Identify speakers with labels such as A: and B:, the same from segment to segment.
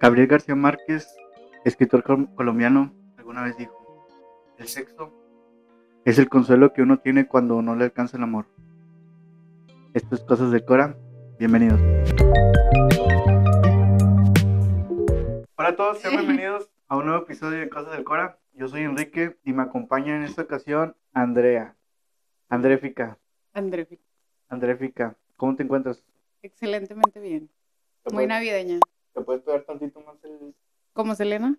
A: Gabriel García Márquez, escritor col- colombiano, alguna vez dijo, el sexo es el consuelo que uno tiene cuando no le alcanza el amor. Esto es Cosas de Cora, bienvenidos. Hola a todos, sean bienvenidos a un nuevo episodio de Cosas del Cora. Yo soy Enrique y me acompaña en esta ocasión Andrea. Andréfica,
B: André,
A: Andréfica, ¿cómo te encuentras?
B: excelentemente bien. Muy navideña.
A: ¿Te puedes pegar tantito más el,
B: ¿Cómo Selena?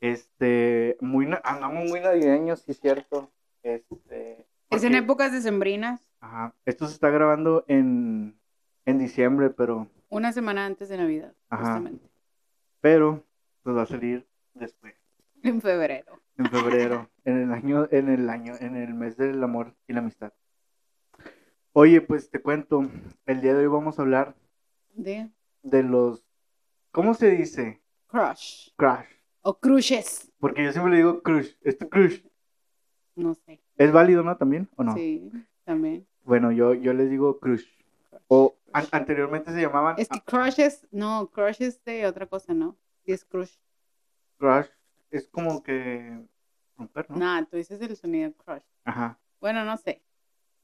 A: Este, muy, na- andamos muy navideños, sí, cierto. Este,
B: Es en
A: porque-
B: épocas decembrinas,
A: Ajá, esto se está grabando en, en diciembre, pero,
B: una semana antes de Navidad,
A: Ajá.
B: justamente.
A: pero, nos va a salir después,
B: En febrero.
A: en febrero, en el año, en el año, en el mes del amor y la amistad. Oye, pues te cuento, el día de hoy vamos a hablar
B: De
A: de los, ¿cómo se dice?
B: crush.
A: Crush,
B: O crushes.
A: porque yo siempre le digo crush, es tu crush,
B: No sé.
A: ¿es válido, no, también, o no?
B: Sí, también.
A: Bueno, yo, yo les digo crush. O an- anteriormente se llamaban
B: Es que crushes, no, crushes de otra cosa, ¿no? Sí es crush.
A: crush. Es como que romper, ¿no?
B: Nada, tú dices el sonido crush.
A: Ajá.
B: Bueno, no sé.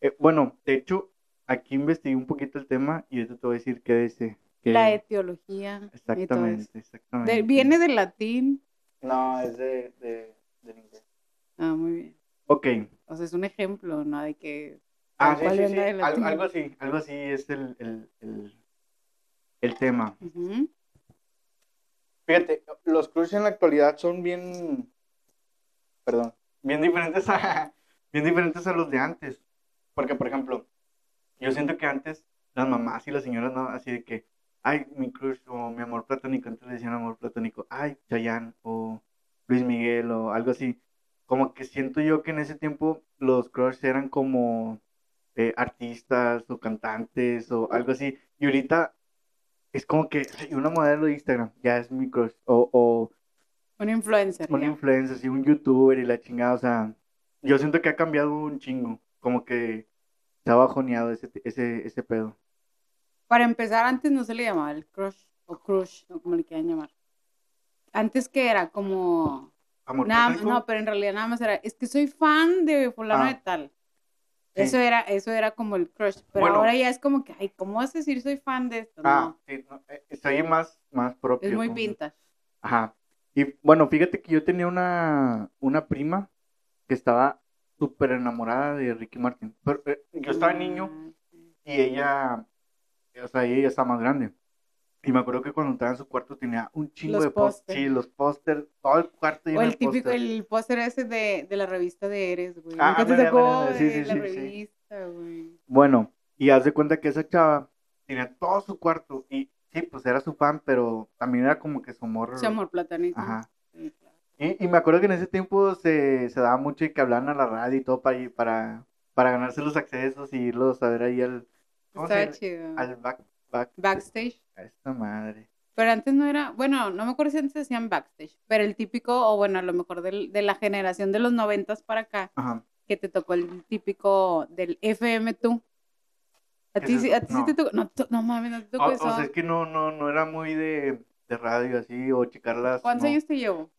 A: Eh, bueno, de hecho, aquí investigué un poquito el tema y ahorita te voy a decir qué dice. que-
B: La etiología. y todo eso.
A: Exactamente, exactamente.
B: De- viene del latín.
A: No, es de, de, del inglés.
B: Ah, muy bien.
A: Ok.
B: O sea, es un ejemplo, ¿no? De que.
A: Ah,
B: tal
A: sí,
B: cual
A: sí,
B: viene
A: sí. al-
B: del latín.
A: Algo, así, algo así es el, el, el, el tema.
B: Ujú.
A: Fíjate, los cruces en la actualidad son bien, perdón, bien diferentes a, bien diferentes a los de antes. Porque, por ejemplo, yo siento que antes las mamás y las señoras no, así de que, ay, mi crush o mi amor platónico, antes le decían amor platónico, ay, Chayanne o Luis Miguel o algo así. Como que siento yo que en ese tiempo los crushes eran como eh, artistas o cantantes o algo así. Y ahorita es como que "Ay, una modelo de Instagram ya es mi crush. O, o
B: Un influencer.
A: un
B: ya.
A: influencer, sí, un youtuber y la chingada. O sea, yo siento que ha cambiado un chingo. Como que se ha bajoneado ese, ese, ese pedo.
B: Para empezar, antes no se le llamaba el crush o crush, o como le quieran llamar. Antes que era como.
A: Amor
B: Nada,
A: platónico,
B: no, pero en realidad nada más era. Es que soy fan de Fulano
A: Ah.
B: de Tal.
A: sí.
B: Eso, era, eso era como el crush. Pero
A: Bueno.
B: ahora ya es como que, ay, ¿cómo vas a decir soy fan de esto?
A: Ah,
B: no,
A: sí, no, eh, se oye más, más propio.
B: es muy
A: como-
B: vintage.
A: Ajá. Y bueno, fíjate que yo tenía una, una prima que estaba súper enamorada de Ricky Martin. Pero, eh, yo estaba
B: Mm.
A: niño y ella, o sea, ella ya está más grande. Y me acuerdo que cuando entraba en su cuarto tenía un chingo
B: Los
A: de póster.
B: póster.
A: Sí, los póster, todo el cuarto
B: O
A: lleno
B: el
A: de
B: típico,
A: póster.
B: el póster ese de, de la revista de Eres, güey.
A: Ah,
B: Nunca te
A: ándale,
B: sacó
A: ándale, ándale. Sí,
B: de
A: sí,
B: la
A: sí, sí.
B: revista, güey.
A: Bueno, y haz de cuenta que esa chava tenía todo su cuarto. Y sí, pues era su fan, pero también era como que su amor.
B: Su amor platónico.
A: Ajá.
B: Sí, claro.
A: Y, y me acuerdo que en ese tiempo se, se daba mucho y que hablaban a la radio y todo para, ir- para, para ganarse los accesos y irlos a ver ahí al. ¿cómo se
B: Estaba
A: llama?
B: chido.
A: Al back, back.
B: Backstage.
A: A esta madre.
B: Pero antes no era, bueno, no me acuerdo si antes decían backstage, pero el típico, o bueno, a lo mejor del- de la generación de los noventas para acá,
A: Ajá.
B: que te tocó el típico del FM tú. A
A: ¿Qué
B: ti
A: es
B: sí,
A: eso?
B: a ti sí
A: No.
B: te tocó, no, to- no mames, no te
A: O,
B: tocó
A: Ah, o
B: eso.
A: sea, es que no, no, no era muy de, de radio así o checarlas.
B: ¿Cuántos
A: no.
B: años te llevo?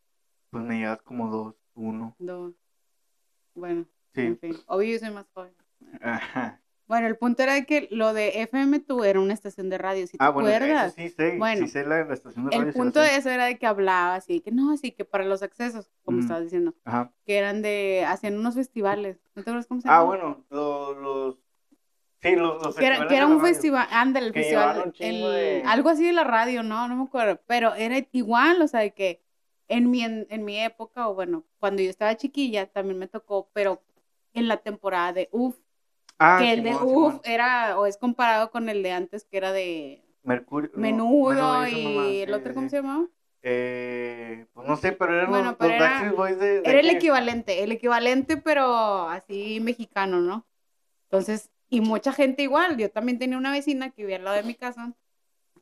A: Pues me llevas como dos, uno.
B: Dos. Bueno, en
A: Sí.
B: fin, obvio yo soy más joven.
A: Ajá.
B: Bueno, el punto era que lo de FM tú era una estación de radio, si te
A: Ah, bueno, eso
B: acuerdas.
A: sí sé.
B: Bueno,
A: sí sé la, la estación de radio.
B: El
A: sí la
B: punto
A: sé.
B: de eso era de que hablaba así, que no, así que para los accesos, como
A: Ujú.
B: estabas diciendo,
A: Ajá.
B: que eran de, hacían unos festivales, ¿no te acuerdas cómo se
A: Ah,
B: llama?
A: bueno, los, los... Sí, los, los
B: que era,
A: festivales
B: que era
A: de
B: un
A: la radio.
B: festival, ándale, el
A: Que
B: festival,
A: llevaban un chingo
B: el-
A: de-
B: algo así de la radio, no, no me acuerdo, pero era igual, o sea, de que en mi, en, en mi época, o bueno, cuando yo estaba chiquilla, también me tocó, pero en la temporada de UF,
A: Ah,
B: que el de
A: Simón,
B: UF
A: Simón.
B: era, o es comparado con el de antes, que era de
A: Mercurio. no,
B: Menudo
A: esa
B: y
A: mamá, sí,
B: el otro,
A: sí,
B: ¿cómo
A: sí.
B: se llamaba?
A: Eh, pues no sé, pero eran
B: Bueno,
A: los,
B: pero
A: los
B: era-
A: Backstreet Boys de, de
B: Era el
A: aquí.
B: equivalente, el equivalente, pero así mexicano, ¿no? Entonces, y mucha gente igual. Yo también tenía una vecina que vivía al lado de mi casa,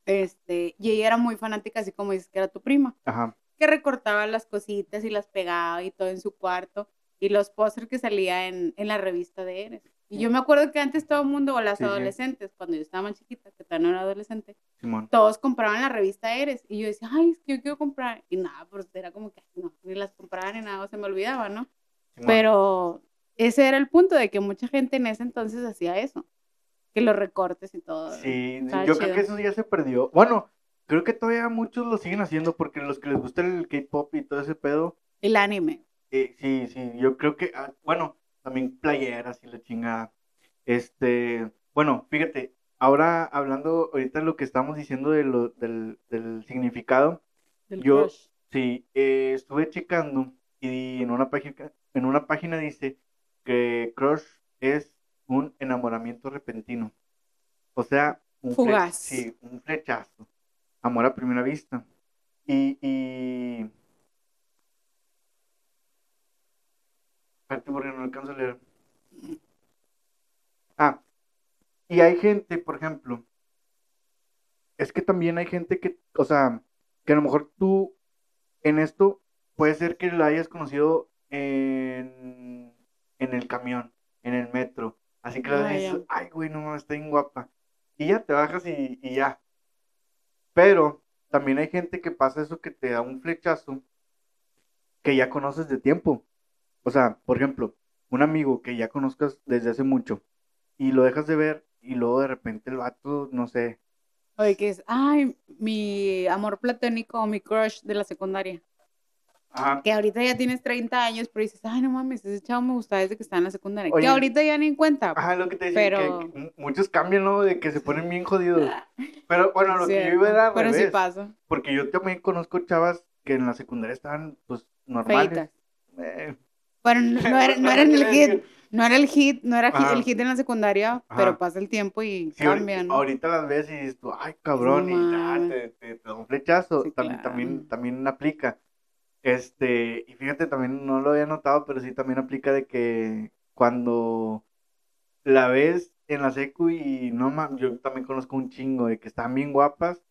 B: este, y ella era muy fanática, así como dices que era tu prima,
A: Ajá.
B: que recortaba las cositas y las pegaba y todo en su cuarto, y los pósters que salía en, en la revista de Eres. Y yo me acuerdo que antes todo el mundo, o las
A: Sí, sí.
B: adolescentes, cuando yo estaba más chiquita, que todavía no era adolescente,
A: Simón.
B: todos compraban la revista Eres. Y yo decía, ay, es que yo quiero comprar. Y nada, pues era como que, no, ni las compraban ni nada, se me olvidaba, ¿no?
A: Simón.
B: Pero ese era el punto de que mucha gente en ese entonces hacía eso, que los recortes y todo.
A: Sí,
B: Estaba
A: yo creo
B: chido.
A: que eso ya se perdió. Bueno, creo que todavía muchos lo siguen haciendo porque los que les gusta el K-pop y todo ese pedo,
B: El anime.
A: eh, sí, sí, yo creo que, ah, bueno, también playeras y la chingada. Este, bueno, fíjate, ahora hablando ahorita lo que estamos diciendo de lo, del, del significado,
B: Del
A: Yo-
B: crush.
A: sí, eh, estuve checando y en una página, en una página dice que crush es un enamoramiento repentino. O sea, un fle-
B: Fugaz.
A: sí, un flechazo. Amor a primera vista. Y, y... Espérate porque no alcanzo a leer. Ah, y hay gente, por ejemplo, es que también hay gente que, o sea, que a lo mejor tú en esto puede ser que la hayas conocido en, en el camión, en el metro. Así que la
B: Ah,
A: dices,
B: ya.
A: ay, güey, no mames, está bien guapa. Y ya te bajas y, y ya. Pero también hay gente que pasa eso que te da un flechazo que ya conoces de tiempo. O sea, por ejemplo, un amigo que ya conozcas desde hace mucho y lo dejas de ver y luego de repente el vato, no sé,
B: O de que es, ay, mi amor platónico o mi crush de la secundaria.
A: ajá,
B: Que ahorita ya tienes 30 años, pero dices, ay, no mames, ese chavo me gustaba desde que estaba en la secundaria.
A: Oye.
B: que ahorita ya ni en cuenta.
A: Ajá, lo que te decía,
B: Pero- Ah,
A: que, que muchos cambian, ¿no? De que se ponen bien jodidos. Pero bueno, lo que yo
B: Cierto.
A: iba era al
B: Pero sí
A: revés,
B: pasa.
A: porque yo también conozco chavas que en la secundaria estaban, pues, normales.
B: Feitas.
A: Eh,
B: Pero no, no era, no era en el hit, no era el hit, no era hi-
A: Ajá.
B: el hit en la secundaria,
A: Ajá.
B: pero pasa el tiempo y
A: Sí, ahori-
B: cambia, ¿no?
A: Ahorita las ves y dices tú, ay, cabrón,
B: No
A: y ya,
B: mames.
A: te, te- te da un flechazo.
B: Sí,
A: también,
B: claro.
A: también, también aplica. Este, y fíjate, también no lo había notado, pero sí también aplica de que cuando la ves en la secu y no mames, yo también conozco un chingo de que están bien guapas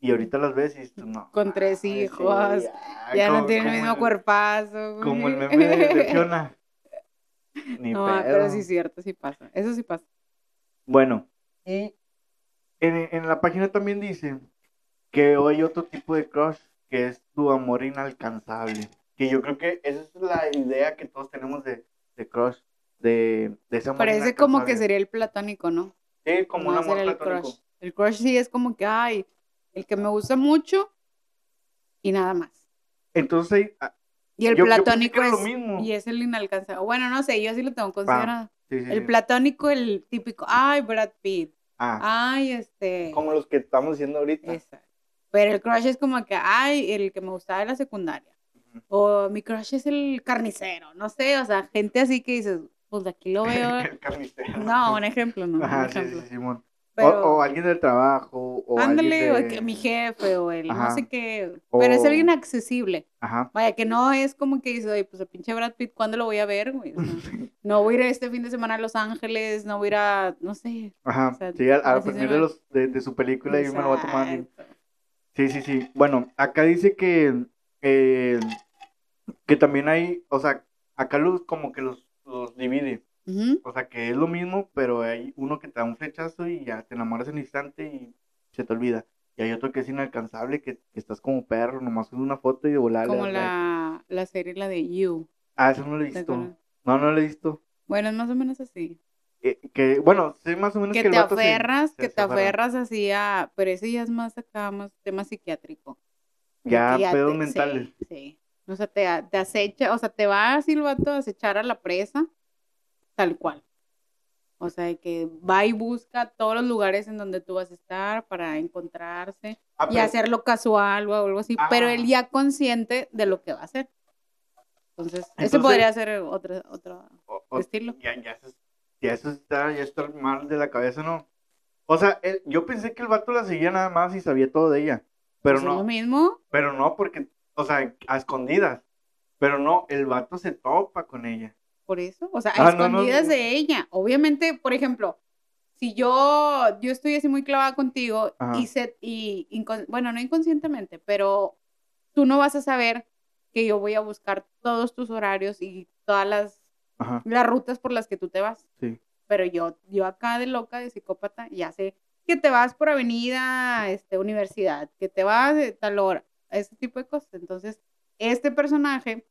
A: y ahorita las ves y dices tú, no.
B: Con
A: mames,
B: tres
A: sí,
B: hijos,
A: ya,
B: ya
A: como-
B: no tiene el
A: como
B: mismo cuerpazo. güey.
A: Como el meme de, de Fiona. Ni
B: No,
A: pedo.
B: pero sí es cierto, sí pasa. Eso sí pasa.
A: Bueno, y en, en la página también dice que hay otro tipo de crush que es tu amor inalcanzable. Que yo creo que esa es la idea que todos tenemos de, de crush, de, de ese amor
B: Parece como que
A: inalcanzable.
B: sería el platónico, ¿no?
A: Sí, como un
B: No
A: amor
B: ser el
A: platónico.
B: crush. El crush sí es como que, ay, el que me gusta mucho y nada más.
A: Entonces, ahí- ah,
B: Y el
A: yo, yo pensé
B: platónico
A: que era
B: es,
A: lo mismo.
B: y es el inalcanzable. Bueno, no sé, yo sí lo tengo considerado.
A: Sí, sí,
B: El
A: sí.
B: platónico, el típico, ay, Brad Pitt,
A: Ah,
B: ay, este,
A: como los que estamos haciendo ahorita.
B: esa. Pero el crush es como que, ay, el que me gustaba de la secundaria.
A: Ujú.
B: O mi crush es el carnicero, no sé, o sea, gente así que dices, pues de aquí lo veo.
A: El carnicero.
B: No, un ejemplo, no, un
A: Ajá, sí,
B: ejemplo.
A: sí, Simón. O-
B: Pero-
A: O, alguien del trabajo. O alguien
B: Ándale, o
A: de-
B: el que mi jefe, o el
A: Ajá.
B: no sé qué. Pero es
A: O-
B: alguien accesible.
A: Ajá.
B: Vaya, que no es como que dice, "Ay, pues el pinche Brad Pitt, ¿cuándo lo voy a ver, güey? O sea, no voy a ir este fin de semana a Los Ángeles, no voy a ir a, no sé.
A: Ajá,
B: O sea,
A: sí, a, a la
B: así se
A: premier
B: llama.
A: de, los, de, de su película yo me lo voy a tomar. y-
B: Exacto.
A: Sí, sí, sí. Bueno, acá dice que, eh, que también hay, o sea, acá los, como que los, los divide.
B: Ujú.
A: O sea, que es lo mismo, pero hay uno que te da un flechazo y ya te enamoras en instante y se te olvida. Y hay otro que es inalcanzable, que, que estás como perro, nomás subes una foto y de volar. le
B: Como
A: das like.
B: la, la serie, la de You.
A: Ah, eso no lo he
B: ¿te
A: visto.
B: acuerdas?
A: No, no lo he visto.
B: Bueno, es más o menos así.
A: Eh, que, bueno, sé más o menos
B: Que
A: que el
B: te
A: vato se-
B: aferras,
A: se-
B: que
A: se
B: te
A: aferra.
B: aferras así a... Pero ese ya es más acá, más tema psiquiátrico. de
A: Ya,
B: que
A: pedos
B: te-
A: mentales.
B: Sí, sí. O sea, te, te acecha, o sea, te va así el vato a acechar a la presa, tal cual. O sea, de que va y busca todos los lugares en donde tú vas a estar para encontrarse
A: Ah,
B: y
A: pero-
B: hacerlo casual o algo así, pero
A: Ah.
B: él ya consciente de lo que va a hacer. Entonces, ese
A: Entonces-
B: podría ser otro, otro
A: o- o-
B: estilo.
A: Ya, ya, eso, es- ya eso está, ya está mal de la cabeza, ¿no? O sea, él- yo pensé que el vato la seguía nada más y sabía todo de ella. Pero
B: Pues es lo
A: no,
B: mismo.
A: pero no, porque, o sea, a escondidas. Pero no, el vato se topa con ella.
B: Por eso, o sea, a
A: Ah, no, no,
B: escondidas
A: no.
B: de ella. Obviamente, por ejemplo, si yo, yo estoy así muy clavada contigo
A: Ajá.
B: y, se, y incon- bueno, no inconscientemente, pero tú no vas a saber que yo voy a buscar todos tus horarios y todas las,
A: Ajá.
B: las rutas por las que tú te vas.
A: Sí.
B: Pero yo, yo acá de loca, de psicópata, ya sé que te vas por avenida, este, universidad, que te vas de tal hora, ese tipo de cosas. Entonces, este personaje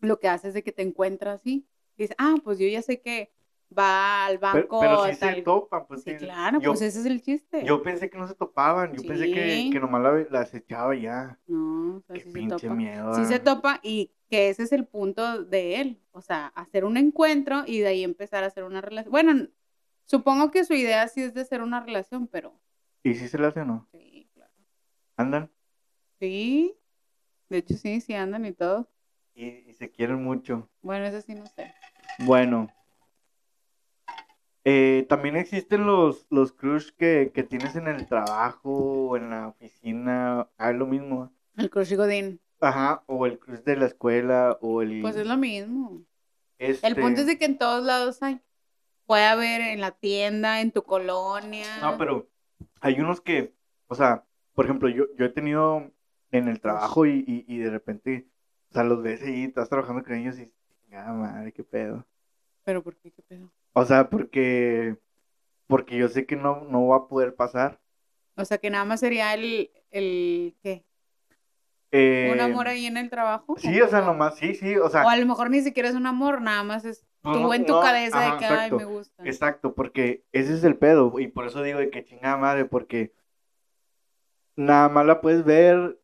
B: lo que hace es de que te encuentra así. Y dice, ah, pues yo ya sé que va al banco.
A: Pero, pero sí
B: tal-
A: se topan, pues
B: Sí,
A: sí.
B: claro,
A: yo,
B: pues ese es el chiste.
A: yo pensé que no se topaban, yo pensé que,
B: Sí.
A: que nomás la, la acechaba y ya.
B: no, o sea,
A: Qué
B: sí se
A: pinche
B: topa.
A: miedo.
B: Sí se
A: ah.
B: topa y que ese es el punto de él, o sea, hacer un encuentro y de ahí empezar a hacer una relación. Bueno, supongo que su idea sí es de hacer una relación, pero
A: ¿Y si se la hace o no?
B: sí, claro.
A: Andan
B: Sí, de hecho sí, sí andan y todo.
A: y, y se quieren mucho.
B: Bueno, eso sí no sé.
A: Bueno. Eh, también existen los, los crush que, que tienes en el trabajo o en la oficina. Ah, es lo mismo.
B: El crush y Godín,
A: Ajá, o el crush de la escuela o el...
B: pues es lo mismo.
A: este-
B: El punto es de que en todos lados hay. Puede haber en la tienda, en tu colonia.
A: No, pero hay unos que, o sea, por ejemplo, yo, yo he tenido en el trabajo y, y, y de repente, o sea, los ves ahí, estás trabajando con ellos y, chingada madre, qué pedo.
B: Pero ¿por qué? ¿Qué pedo?
A: O sea, porque, porque yo sé que no, no va a poder pasar.
B: O sea, que nada más sería el, el ¿qué?
A: Eh,
B: ¿Un amor ahí en el trabajo?
A: Sí, o sea,
B: nomás
A: nomás, sí, sí, o sea,
B: O a lo mejor ni siquiera es un amor, nada más es
A: No,
B: tú
A: no,
B: en tu
A: no,
B: cabeza
A: ajá,
B: de que, ay,
A: exacto,
B: me gusta.
A: exacto, porque ese es el pedo, y por eso digo de que chingada madre, porque nada más la puedes ver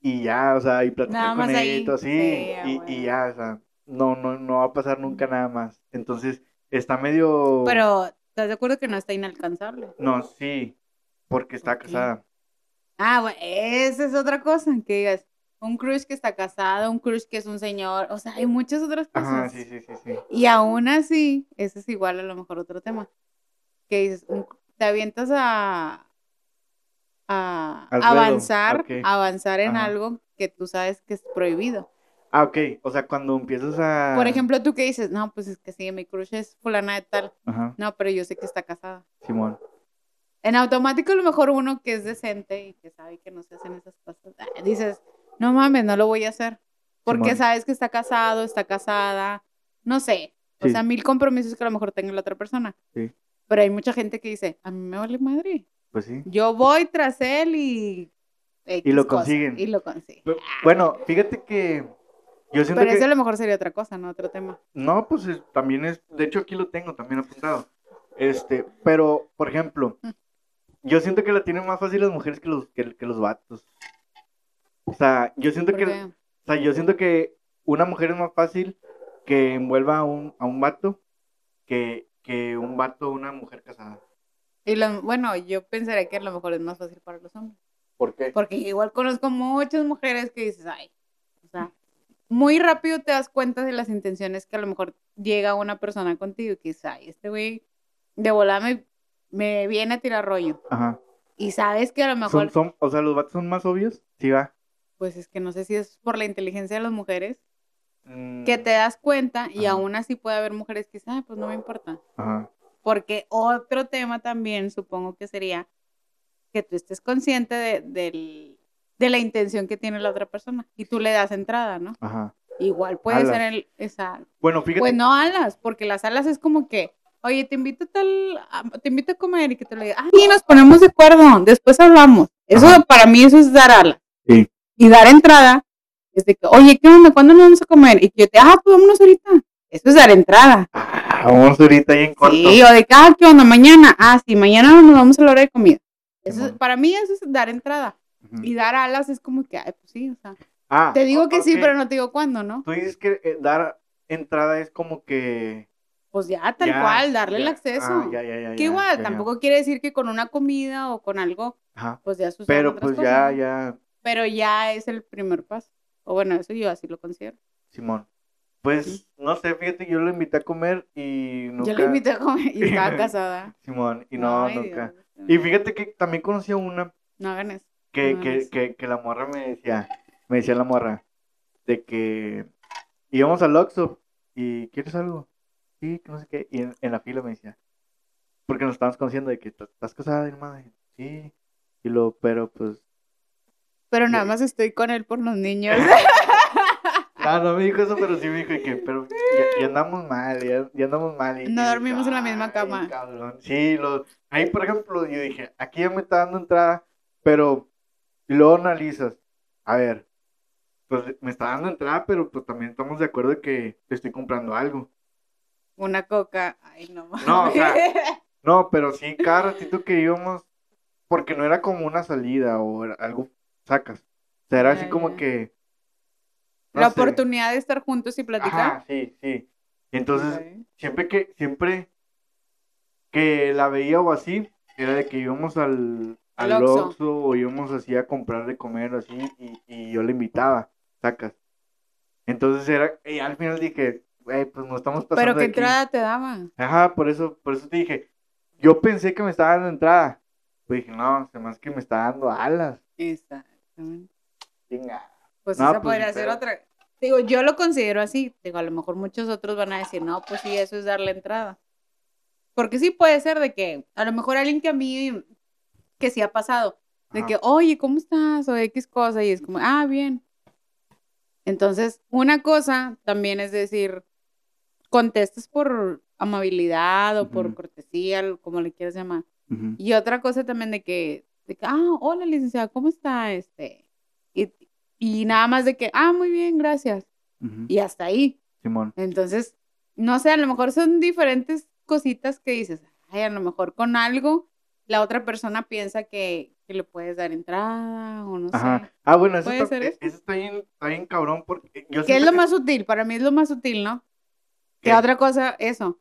A: y ya, o sea, y platicar
B: Nada
A: con
B: más
A: ella
B: ahí,
A: y todo así,
B: sí, a
A: y,
B: huevo.
A: y ya, o sea, no, no, no va a pasar nunca nada más. Entonces, está medio...
B: Pero, ¿estás de acuerdo que no está inalcanzable?
A: No, sí, porque está
B: ¿Por qué?
A: casada.
B: Ah, bueno, esa es otra cosa, que digas, un crush que está casado, un crush que es un señor, o sea, hay muchas otras cosas.
A: Ajá, sí, sí, sí, sí.
B: Y aún así, ese es igual a lo mejor otro tema, que dices, un- te avientas a, a
A: Al ruedo,
B: avanzar,
A: ok.
B: avanzar en
A: Ajá.
B: algo que tú sabes que es prohibido.
A: Ah, ok, o sea, cuando empiezas a...
B: Por ejemplo, tú que dices, no, pues es que sí, mi crush es fulana de tal.
A: Ajá,
B: No, pero yo sé que está casada.
A: Simón.
B: En automático, a lo mejor uno que es decente y que sabe que no se hacen esas cosas, ah, dices, no mames, no lo voy a hacer. Porque
A: Simón.
B: sabes que está casado, está casada, no sé. O
A: Sí.
B: sea, mil compromisos que a lo mejor tenga la otra persona.
A: Sí.
B: Pero hay mucha gente que dice, a mí me vale madre.
A: Pues sí.
B: Yo voy tras él y. X
A: lo
B: cosa,
A: consiguen.
B: Y lo consiguen.
A: Pero, Bueno, fíjate que yo siento
B: Pero
A: que...
B: eso a lo mejor sería otra cosa, ¿no? Otro tema.
A: No, pues es- también es, de hecho aquí lo tengo también apuntado. Este, pero, por ejemplo, yo siento que la tienen más fácil las mujeres que los, que, que los vatos. O sea, yo siento que,
B: Porque,
A: o sea, yo siento que una mujer es más fácil que envuelva a un, a un vato que, que un vato a una mujer casada.
B: y lo- bueno, yo pensaría que a lo mejor es más fácil para los hombres.
A: ¿Por qué?
B: Porque igual conozco muchas mujeres que dices, ay, o sea, muy rápido te das cuenta de las intenciones que a lo mejor llega una persona contigo y que dices, ay, este güey de volada me, me viene a tirar rollo.
A: Ajá.
B: Y sabes que a lo
A: Son,
B: mejor,
A: son, o sea, los vatos son más obvios. Sí, va.
B: pues es que no sé si es por la inteligencia de las mujeres,
A: Mm,
B: que te das cuenta y
A: Ajá.
B: aún así puede haber mujeres que dicen, ay, pues no me importa.
A: Ajá.
B: Porque otro tema también supongo que sería que tú estés consciente de, del- de la intención que tiene la otra persona y tú le das entrada, ¿no?
A: Ajá.
B: Igual puede
A: Alas.
B: ser el... Esa,
A: Bueno, fíjate.
B: pues no alas, porque las alas es como que, oye, te invito a tal, a- te invito a comer y que te lo diga, ah, sí, nos ponemos de acuerdo, después hablamos. Eso
A: Ajá.
B: para mí eso es dar alas.
A: Sí.
B: Y dar entrada es de que, oye, ¿qué onda? ¿Cuándo nos vamos a comer? Y que yo te, ah, pues vámonos ahorita. Eso es dar entrada.
A: Ah, vamos ahorita ahí en corto.
B: Sí, o de que, ah, ¿qué onda? Mañana. Ah, sí, mañana nos vamos a la hora de comida. Eso, es-
A: Simón.
B: para mí eso es dar entrada.
A: Ujú.
B: Y dar alas es como que, ay, pues sí, o sea.
A: Ah,
B: Te digo que sí,
A: ok.
B: pero no te digo cuándo, ¿no?
A: Tú dices que eh, dar entrada es como que.
B: Pues ya, tal
A: ya,
B: cual, darle el
A: ya,
B: acceso.
A: ah, ya, ya, ya,
B: Que
A: ya,
B: igual,
A: ya, ya.
B: tampoco quiere decir que con una comida o con algo,
A: Ajá.
B: pues ya suceden
A: Pero
B: otras
A: pues
B: cosas,
A: ya,
B: ¿no?
A: ya,
B: Pero ya es el primer paso. O bueno, eso yo así lo considero.
A: Simón. Pues
B: Sí.
A: no sé, fíjate, yo lo invité a comer y nunca.
B: Yo la invité a comer y estaba casada.
A: Simón, y no,
B: Ay,
A: nunca.
B: Dios.
A: Y fíjate que también conocí a una
B: No hagan eso.
A: que,
B: No,
A: que,
B: no sé.
A: que, que la morra me decía, me decía la morra, de que íbamos al Oxxo y ¿quieres algo? Sí, que no sé qué. Y en, en la fila me decía, porque nos estábamos conociendo de que "¿Estás- estás casada, hermana. Sí. Y luego, pero pues
B: Pero nada
A: Ya.
B: más estoy con él por los niños.
A: Ah, No, no me dijo eso, pero sí me dijo que, pero ya, ya andamos mal, ya, ya andamos mal. Y-
B: No
A: y-
B: dormimos en la misma
A: ay,
B: cama.
A: cabrón. Sí, lo, ahí, por ejemplo, yo dije, aquí ya me está dando entrada, pero lo analizas. A ver, pues me está dando entrada, pero pues también estamos de acuerdo que te estoy comprando algo.
B: Una coca. Ay, no.
A: No, o sea, No, pero sí, cada ratito que íbamos, porque no era como una salida o era algo, sacas. O sea, era así
B: Ya,
A: como
B: Ah, ya.
A: que... no
B: la
A: sé.
B: oportunidad de estar juntos y platicar.
A: Ajá, sí, sí. Entonces,
B: Ay.
A: siempre que, siempre que la veía o así, era de que íbamos al,
B: Al
A: al,
B: Oxxo.
A: Oxxo o íbamos así a comprar de comer así y, y yo le invitaba, sacas. Entonces era, y al final dije, güey, pues no estamos pasando
B: Pero
A: de
B: qué
A: aquí".
B: entrada te daban.
A: Ajá, por eso, por eso te dije, yo pensé que me estaba dando entrada. Pues dije, no, se más que me está dando alas.
B: Exactamente.
A: Venga.
B: Pues
A: No,
B: esa
A: pues,
B: podría ser
A: pero-
B: otra. Digo, yo lo considero así. Digo, a lo mejor muchos otros van a decir, no, pues sí, eso es darle entrada. Porque sí puede ser de que, a lo mejor alguien que a mí, que sí ha pasado, de
A: Ajá.
B: que, oye, ¿cómo estás? O X cosa, y es como, ah, bien. Entonces, una cosa también es decir, contestas por amabilidad o por
A: Ujú.
B: cortesía, lo- como le quieras llamar.
A: Ujú.
B: Y otra cosa también de que, de que, ah, hola, licenciada, ¿cómo está? Este, y, y nada más de que, ah, muy bien, gracias.
A: Ujú.
B: Y hasta ahí.
A: Simón.
B: Entonces, no sé, a lo mejor son diferentes cositas que dices, ay, a lo mejor con algo la otra persona piensa que, que le puedes dar entrada o no
A: Ajá.
B: sé.
A: Ah, bueno, eso
B: ¿Puede
A: está,
B: ser
A: e-
B: eso?
A: eso está bien, está bien cabrón porque yo
B: ¿Qué es
A: siento
B: lo
A: que-
B: más sutil? Para mí es lo más sutil, ¿no? Que
A: ¿Qué?
B: otra cosa, eso,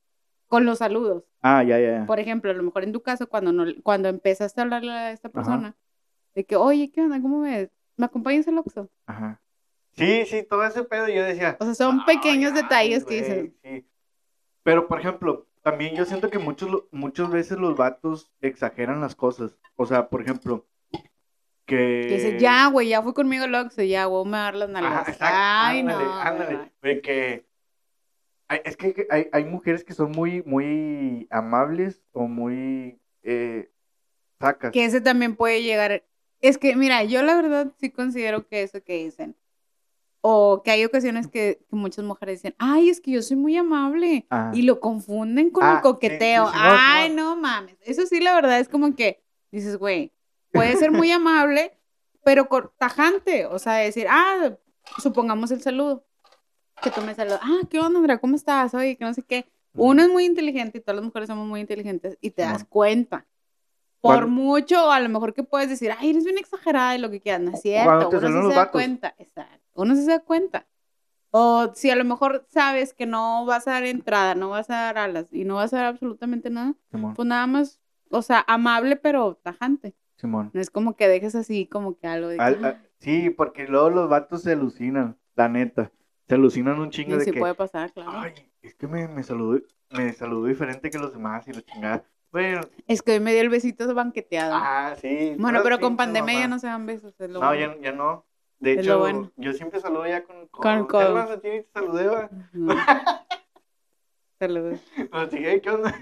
B: con los saludos.
A: Ah, ya, ya, ya.
B: Por ejemplo, a lo mejor en tu caso, cuando, no, cuando empezaste a hablarle a esta persona, de que, oye, ¿qué onda? ¿Cómo ves? ¿Me acompañas al Oxxo?
A: Ajá. Sí, sí, todo ese pedo yo decía.
B: O sea, son
A: "Ay,
B: pequeños
A: ay,
B: detalles que
A: güey,
B: dices,
A: sí". Pero, por ejemplo, también yo siento que muchos, lo- muchas veces los vatos exageran las cosas. O sea, por ejemplo, que...
B: que dices, ya, güey, ya fue conmigo el Oxxo, ya, güey, me va a dar las
A: Ajá,
B: nalgas.
A: exacto.
B: Ay,
A: ándale,
B: no.
A: ándale.
B: ¿verdad?
A: De que hay- es que hay, hay mujeres que son muy, muy amables o muy eh, sacas.
B: Que ese también puede llegar. Es que, mira, yo la verdad sí considero que eso que dicen, o que hay ocasiones que, que muchas mujeres dicen, ay, es que yo soy muy amable,
A: Ajá.
B: y lo confunden con
A: Ah,
B: el coqueteo.
A: sí, sí, sí, no, sí,
B: ay, no mames. Eso sí, la verdad es como que dices, güey, puede ser muy amable, pero cor- tajante. O sea, decir, ah, supongamos el saludo. Que tú me saludas. Ah, ¿qué onda, Andrea? ¿Cómo estás? Oye, que no sé qué. Uno es muy inteligente y todas las mujeres somos muy inteligentes y te das
A: Simón.
B: cuenta. Por
A: Cuando-
B: mucho, a lo mejor que puedes decir, ay, eres bien exagerada de lo que quieras, no es cierto.
A: cuando te
B: uno sí
A: saludan los
B: se da
A: vatos.
B: cuenta, exacto. Uno sí se da cuenta. O si a lo mejor sabes que no vas a dar entrada, no vas a dar alas y no vas a dar absolutamente nada,
A: Simón,
B: pues nada más, o sea, amable pero tajante.
A: Simón.
B: No es como que dejes así como que algo de que, "Mm,
A: Al- a- sí, porque luego los vatos se alucinan, la neta. Se alucinan un
B: "Ah,
A: chingo de
B: sí
A: que,
B: puede pasar, claro.
A: ay, es que me, me saludó, me saludó diferente que los demás y la chingada. Bueno,
B: Es que hoy me dio el besito banqueteado.
A: ah, sí.
B: bueno,
A: puras
B: pero con
A: pinches
B: pandemia ya
A: mamadas.
B: no se dan besos. es lo
A: No,
B: bueno.
A: ya, ya no. De
B: Es lo
A: hecho,
B: bueno.
A: yo siempre saludo ya con el codo.
B: Con el codo.
A: Es más, a ti ni te saludé, va.
B: Ujú. Saludos.
A: Pero te Pues, dije, ¿qué onda?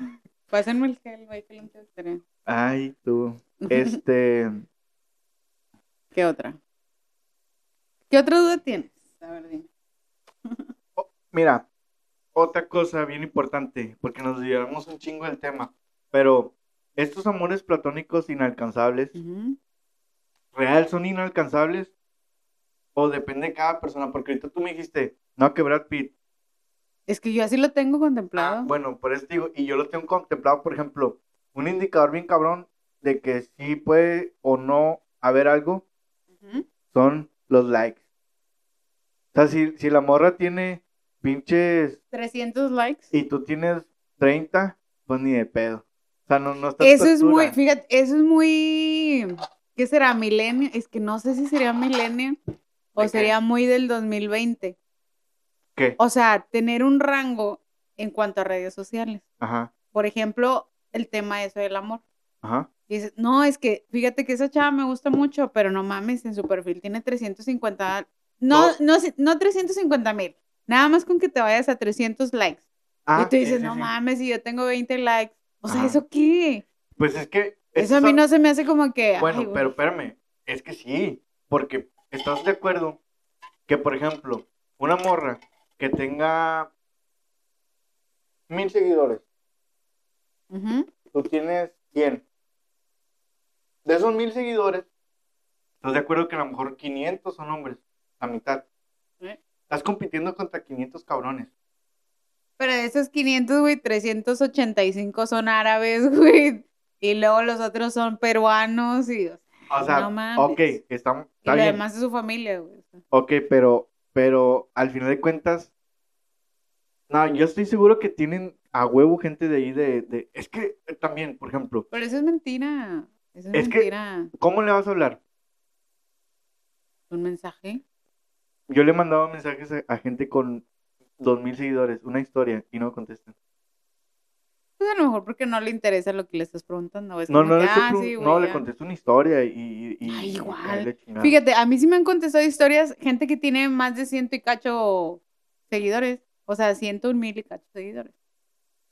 B: Pásenme el gel, güey, que lo encontré.
A: Ay, tú. Este,
B: ¿Qué otra? ¿Qué otra duda tienes? A ver, dime.
A: mira, otra cosa bien importante, porque nos llevamos un chingo del tema, pero estos amores platónicos inalcanzables,
B: Ujú.
A: ¿real son inalcanzables? O depende de cada persona, porque ahorita tú me dijiste, no, que Brad Pitt.
B: Es que yo así lo tengo
A: Ah,
B: contemplado.
A: bueno, por eso te digo, y yo lo tengo contemplado, por ejemplo, un indicador bien cabrón de que sí puede o no haber algo
B: Ujú.
A: son los likes. O sea, si, si la morra tiene pinches
B: 300 likes.
A: y tú tienes 30, pues ni de pedo. O sea, no, no está
B: Eso es muy, fíjate, eso es muy, ¿qué será? Milenio, es que no sé si sería milenio o
A: ¿De qué?
B: sería muy del 2020.
A: ¿Qué?
B: O sea, tener un rango en cuanto a redes sociales.
A: Ajá,
B: Por ejemplo, el tema de eso del amor.
A: ajá.
B: Y dices, no, es que fíjate que esa chava me gusta mucho, pero no mames, en su perfil tiene 350, no,
A: Oh.
B: no, sé, no 350 mil, nada más con que te vayas a 300 likes.
A: Ah,
B: y tú
A: sí,
B: dices,
A: sí,
B: no
A: sí.
B: mames, y yo tengo 20 likes. O sea,
A: Ajá.
B: ¿eso qué?
A: Pues es que...
B: Eso
A: estos
B: a mí
A: son-
B: no se me hace como que. ay,
A: Bueno,
B: güey.
A: pero espérame, es que sí, porque estás de acuerdo que, por ejemplo, una morra que tenga mil seguidores,
B: Ujú.
A: tú tienes 100. De esos mil seguidores, ¿estás de acuerdo que a lo mejor 500 son hombres? La mitad.
B: ¿Eh?
A: Estás compitiendo contra 500 cabrones.
B: Pero de esos 500, güey, 385 son árabes, güey. Y luego los otros son peruanos y, o sea,
A: O sea,
B: No mames.
A: ok, estamos,
B: y
A: está
B: lo
A: bien.
B: demás es su familia, güey.
A: Ok, pero, pero al final de cuentas, no, yo estoy seguro que tienen a huevo gente de ahí de, de- es que eh, también, por ejemplo,
B: Pero eso es mentira. Eso es,
A: Es que-
B: mentira.
A: ¿cómo le vas a hablar?
B: Un mensaje.
A: Yo le he mandado mensajes a, a gente con dos mil seguidores, una historia, y no contestan.
B: Pues a lo mejor porque no le interesa lo que le estás preguntando. Es
A: No,
B: como
A: no,
B: que,
A: le, estoy
B: ah,
A: pregun-
B: sí, güey,
A: no, le
B: ya.
A: contesto una historia y... y, y-
B: Ay,
A: y-
B: igual.
A: ahí le chingada.
B: Fíjate, a mí sí me han contestado historias, gente que tiene más de ciento y cacho seguidores. O sea, ciento un mil y cacho seguidores.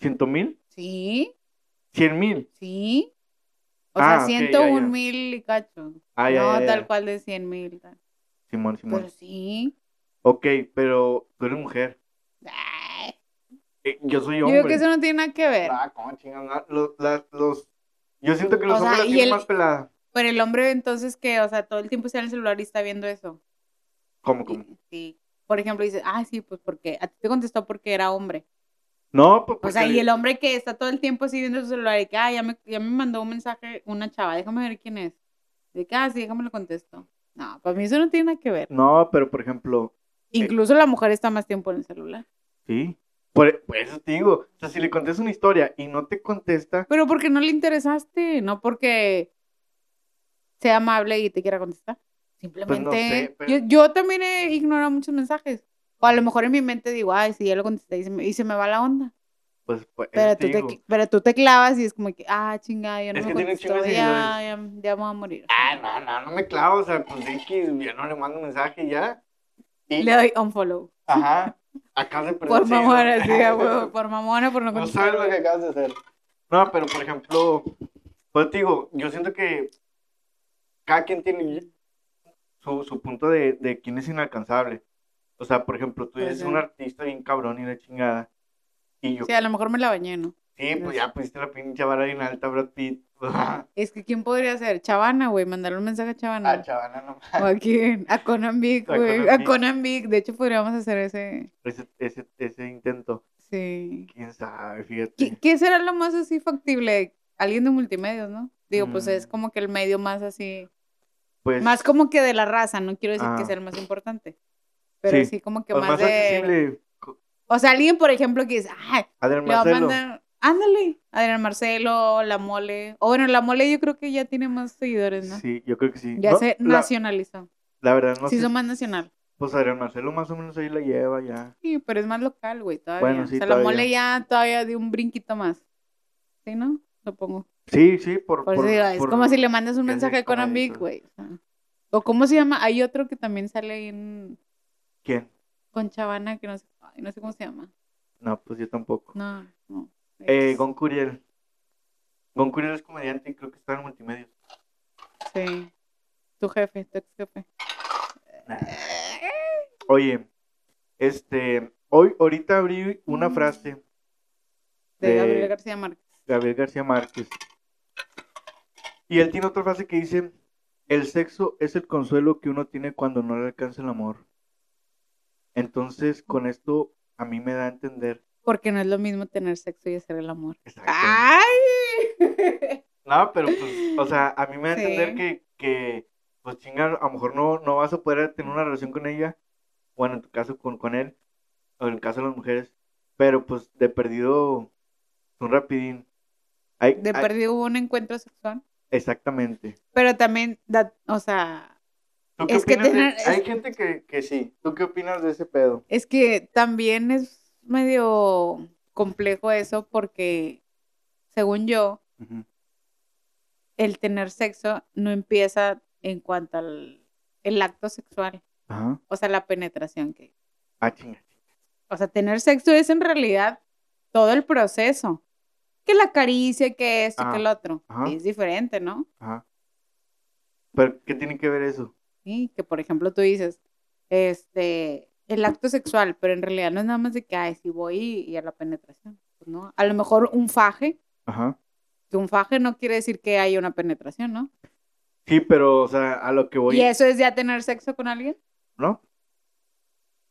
A: ¿Ciento mil?
B: Sí,
A: ¿Cien mil?
B: sí. O
A: Ah,
B: sea,
A: ok,
B: ciento
A: ya, ya.
B: un mil y cacho.
A: Ah, ya,
B: no
A: ya, Mm. ya.
B: tal cual de cien mil. tal.
A: Simón, Simón.
B: Pero sí.
A: Ok, pero tú eres mujer.
B: Ay,
A: Eh, yo soy
B: yo
A: hombre.
B: digo que eso no tiene nada que ver.
A: Ah, cómo chingas, la- los, las- los- Yo siento que los
B: O sea,
A: hombres la
B: y
A: tienen
B: el-
A: más pelada.
B: Pero el hombre entonces que, o sea, todo el tiempo está en el celular y está viendo eso.
A: ¿Cómo,
B: Y-
A: cómo?
B: sí. Por ejemplo, dices, ah, sí, pues porque a ti te contestó porque era hombre.
A: No, pues
B: O
A: porque-
B: sea, y el hombre que está todo el tiempo así viendo su celular y que, ah, ya me, ya me mandó un mensaje una chava, déjame ver quién es. De que, ah, sí, déjame lo contesto. No, para mí eso no tiene nada que ver.
A: No, pero por ejemplo,
B: Incluso la mujer está más tiempo en el celular.
A: sí. Por, por eso te digo, o sea, si le contestas una historia y no te contesta,
B: Pero porque no le interesaste, no porque sea amable y te quiera contestar. Simplemente.
A: Pues sé, pero-
B: yo, yo también he ignorado muchos mensajes. O a lo mejor en mi mente digo, ay, sí, ya lo contesté y se me, y se me va la onda.
A: pues, pues eso
B: Pero
A: te
B: tú,
A: digo.
B: te, pero tú te clavas y es como que, ah, chingada, ya no
A: Es
B: me
A: que tiene un chingo de
B: contestó, ya, ya, ya me voy a morir.
A: Ah, no, no, no me clavo, o sea, pues X, yo no le mando mensaje y ya. Y,
B: Le doy unfollow.
A: ajá, acabas de perder.
B: Por
A: un seguidor.
B: mamona, sí, a huevo, por mamona, por no
A: No sabes lo
B: contestar.
A: Pues que acabas de hacer. No, pero por ejemplo, pues te digo, yo siento que cada quien tiene su, su punto de, de quién es inalcanzable. O sea, por ejemplo, tú
B: Pues
A: eres
B: sí.
A: un artista bien cabrón y la chingada. Y yo,
B: Sí,
A: sí,
B: a lo mejor me la bañé, ¿no?
A: pues ya pusiste la pinche vara bien alta, Brad Pitt. Ah, a
B: Es que ¿quién podría ser? Chavana, güey, mandarle un mensaje a Chavana.
A: ah, chavana nomás.
B: ¿O a quién? A Conan Big,
A: A
B: güey.
A: Conan
B: A Conan Big. De hecho, podríamos hacer ese.
A: Ese, ese, ese intento,
B: Sí.
A: quién sabe, fíjate.
B: ¿Qué, qué será lo más así factible? Alguien de multimedios, ¿no? Digo, pues es
A: Mm.
B: como que el medio más así.
A: Pues,
B: Más como que de la raza, no quiero decir
A: Ah.
B: que sea el más importante. Pero
A: Sí.
B: sí, como que
A: pues
B: más,
A: más
B: de.
A: accesible. co-
B: O sea, alguien, por ejemplo, que dice, ay,
A: Adrián
B: le va a
A: Marcelo.
B: mandar. Ándale, Adrián Marcelo, La Mole. O bueno, La Mole yo creo que ya tiene más seguidores, ¿no?
A: Sí, yo creo que sí.
B: Ya
A: No,
B: se
A: la,
B: nacionalizó.
A: la verdad, no
B: se
A: sé.
B: hizo más nacional.
A: Pues Adrián Marcelo más o menos ahí la lleva ya.
B: Sí, pero es más local, güey, todavía.
A: Bueno, sí,
B: o sea,
A: todavía.
B: la mole ya todavía dio un brinquito más. ¿Sí, no? Supongo.
A: Sí, sí, por...
B: Por,
A: por-
B: eso digo, es
A: por-
B: como si le mandas un
A: ya sé
B: mensaje a
A: cómo
B: Conan Big,
A: dices.
B: güey. o sea. O cómo se llama, hay otro que también sale ahí en,
A: ¿Quién?
B: con Chavana, que no sé, ay, no sé cómo se llama.
A: No, pues yo tampoco.
B: No, no.
A: Eh,
B: X.
A: Gon Curiel. Gon Curiel es comediante y creo que está en multimedia.
B: Sí. Tu jefe, tu ex jefe.
A: Oye, este, hoy, ahorita abrí una
B: Mm.
A: frase
B: De
A: De-
B: Gabriel García Márquez.
A: de Gabriel García Márquez. Y él tiene otra frase que dice, el sexo es el consuelo que uno tiene cuando no le alcanza el amor. Entonces, con esto a mí me da a entender.
B: Porque no es lo mismo tener sexo y hacer el amor.
A: Exacto.
B: ¡Ay!
A: No, pero pues, o sea, a mí me da a
B: Sí.
A: entender que, que, pues chinga, a lo mejor no, no vas a poder tener una relación con ella, bueno, en tu caso con, con él, o en el caso de las mujeres, pero pues de perdido, un rapidín. Hay-
B: De
A: hay-
B: perdido hubo un encuentro sexual.
A: exactamente.
B: Pero también, da- o sea,
A: ¿Tú
B: qué Es que opinas de- tener- es-
A: Hay
B: hay
A: gente que, sí. ¿Tú qué opinas de ese pedo?
B: Es que también es medio complejo eso porque, según yo, el tener sexo no empieza en cuanto al el acto sexual,
A: Ajá.
B: o sea, la penetración que.
A: Ah, chinga.
B: O sea, tener sexo es en realidad todo el proceso. Que la caricia, que esto,
A: Ah,
B: que el otro.
A: ajá.
B: Es diferente, ¿no?
A: Ajá. ¿Pero qué tiene que ver eso?
B: Sí, que por ejemplo tú dices, este, el acto sexual, pero en realidad no es nada más de que, ay, si voy y, y a la penetración, pues, ¿no? A lo mejor un faje,
A: Ajá.
B: que un faje no quiere decir que haya una penetración, ¿no?
A: Sí, pero, o sea, a lo que voy.
B: ¿Y eso es ya tener sexo con alguien?
A: ¿No?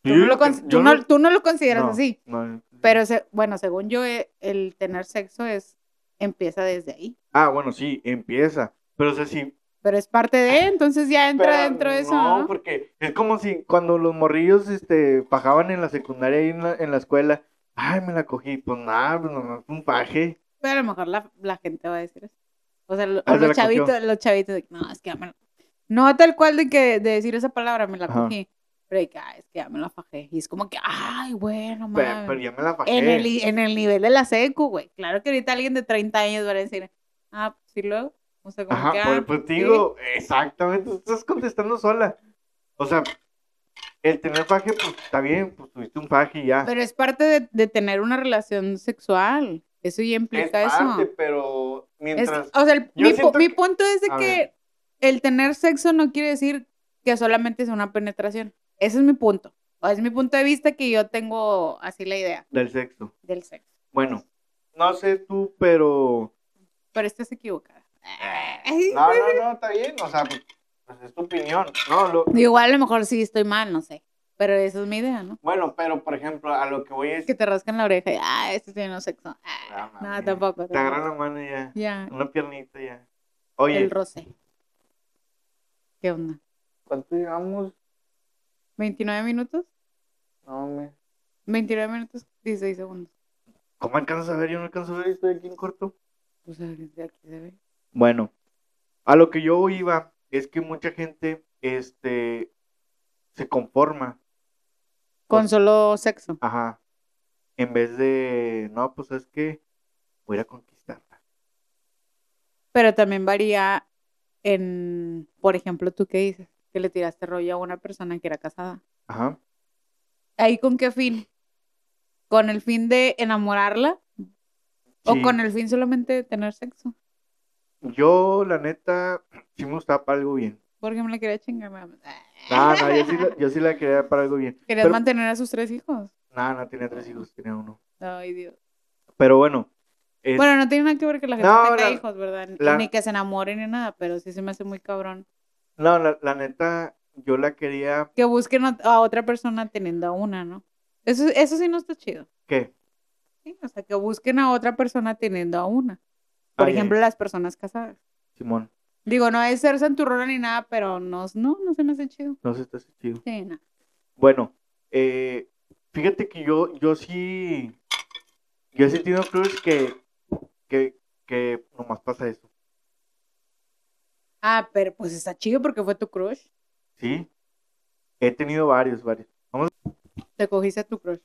B: Tú,
A: Yo
B: no, lo
A: que-
B: cons-
A: yo
B: tú, no, tú no lo consideras
A: no,
B: así,
A: no.
B: pero se- bueno, según yo, eh, el tener sexo es empieza desde ahí,
A: Ah, bueno, sí, empieza. Pero, o sea, sí,
B: pero es parte de, entonces ya entra
A: Ah, Pero
B: dentro de eso,
A: No,
B: ¿no?
A: porque es como si cuando los morrillos este, pajaban en la secundaria y en la, en la escuela, ay, me la cogí, pues nada, pues nomás un paje.
B: Pero a lo mejor la, la gente va a decir eso. O sea, lo- o
A: Ah, se la
B: los
A: cogió.
B: chavitos, los chavitos de que, no, es que ya me la- No tal cual de que de decir esa palabra me la
A: Ajá.
B: cogí. Pero de que, "Ah, es que ya me la fajé. Y es como que, ay, bueno,
A: Pe- Pero,
B: mames.
A: ya me la
B: en, el,
A: fajé.
B: i- en el nivel de la secu, güey. Claro que ahorita alguien de 30 años va a decir, ah, pues sí, luego. O sea, como
A: Ajá,
B: que,
A: por-
B: "Ah,
A: pues te
B: sí".
A: digo, exactamente, tú estás contestando sola. O sea, el tener paje, pues está bien, pues tuviste un paje y ya.
B: Pero es parte de, de tener una relación sexual. Eso ya
A: Es
B: implica eso.
A: parte, pero
B: Es-
A: mientras.
B: o sea, el-
A: yo
B: mi, pu-
A: siento
B: mi
A: que-
B: punto es de
A: a
B: que el tener sexo no quiere decir que solamente es una penetración. Ese es mi punto. O es mi punto de vista que yo tengo así la idea
A: Del sexo.
B: del sexo.
A: Bueno, no sé tú, pero.
B: Pero estás equivocada.
A: No, no, no, está bien, o sea, pues, pues, es tu opinión. No, lo,
B: Igual a lo mejor sí estoy mal, no sé. Pero esa es mi idea, ¿no?
A: Bueno, pero por ejemplo, a lo que voy es.
B: Que te rascan la oreja y, ah, este tiene sexo.
A: Ah,
B: Ah, no,
A: mami.
B: tampoco.
A: Te agarran
B: tampoco.
A: la mano y ya.
B: Ya,
A: Una piernita y ya. Oye,
B: el roce. ¿Qué onda?
A: ¿cuánto llevamos?
B: ¿29 minutos?
A: No, me.
B: 29 minutos, 16 segundos.
A: ¿Cómo alcanzas a ver? Yo no alcanzo a ver, estoy aquí en corto.
B: O sea, desde aquí Pues, se ve.
A: Bueno, a lo que yo iba es que mucha gente este, se conforma, Pues
B: Con solo sexo.
A: ajá, en vez de, no, pues es que voy a ir a conquistarla.
B: Pero también varía en, por ejemplo, tú que dices, que le tiraste rollo a una persona que era casada.
A: Ajá,
B: ¿Ahí con qué fin? ¿Con el fin de enamorarla? ¿O
A: Sí.
B: con el fin solamente de tener sexo?
A: yo la neta sí me gustaba para algo bien.
B: Porque me Ah, la quería chingar. nada más.
A: No, no, yo sí, la- yo sí la quería para algo bien.
B: ¿Querías
A: Pero-
B: mantener a sus tres hijos?
A: No, no, tenía tres hijos, tenía uno.
B: Ay, Dios.
A: Pero bueno, es-
B: Bueno, no tiene nada que ver que la gente
A: No,
B: tenga
A: la-
B: hijos, ¿verdad?
A: la-
B: Ni que se enamoren ni nada, pero sí se me hace muy cabrón.
A: No, la, la neta, yo la quería.
B: Que busquen a- a otra persona teniendo a una, ¿no? Eso, eso sí no está chido.
A: ¿Qué?
B: Sí, o sea, que busquen a otra persona teniendo a una.
A: Ah,
B: Por
A: ya,
B: ejemplo, las personas casadas.
A: Simón,
B: Digo, no es ser santurrona ni nada, pero no, no, no se me hace chido.
A: no sé, estás chido.
B: Sí, no.
A: Bueno, eh, fíjate que yo, yo sí. Yo he sentido Cruz que, que, que nomás pasa eso.
B: Ah, pero pues está chido porque fue tu crush.
A: ¿Sí? He tenido varios, varios.
B: Te cogiste a tu crush.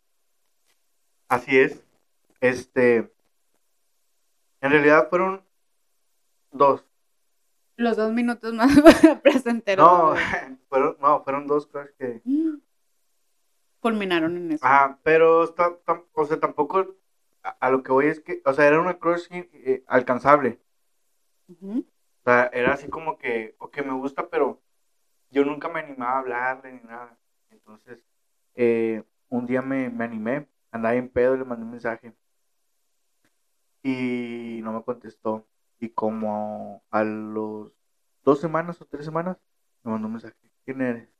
A: Así es. Este. En realidad fueron dos.
B: Los dos minutos más placenteros.
A: No, fueron, no, fueron dos crush que,
B: Culminaron en eso.
A: Ajá, pero está- tam- o sea, tampoco a, a lo que voy es que, o sea, era una crush eh, alcanzable.
B: Ujú.
A: O sea, era así como que, ok, me gusta, pero yo nunca me animaba a hablarle ni nada. Entonces, eh, un día me, me animé, andaba en pedo, le mandé un mensaje. Y no me contestó. Y como a los dos semanas o tres semanas, me mandó un mensaje. ¿Quién eres?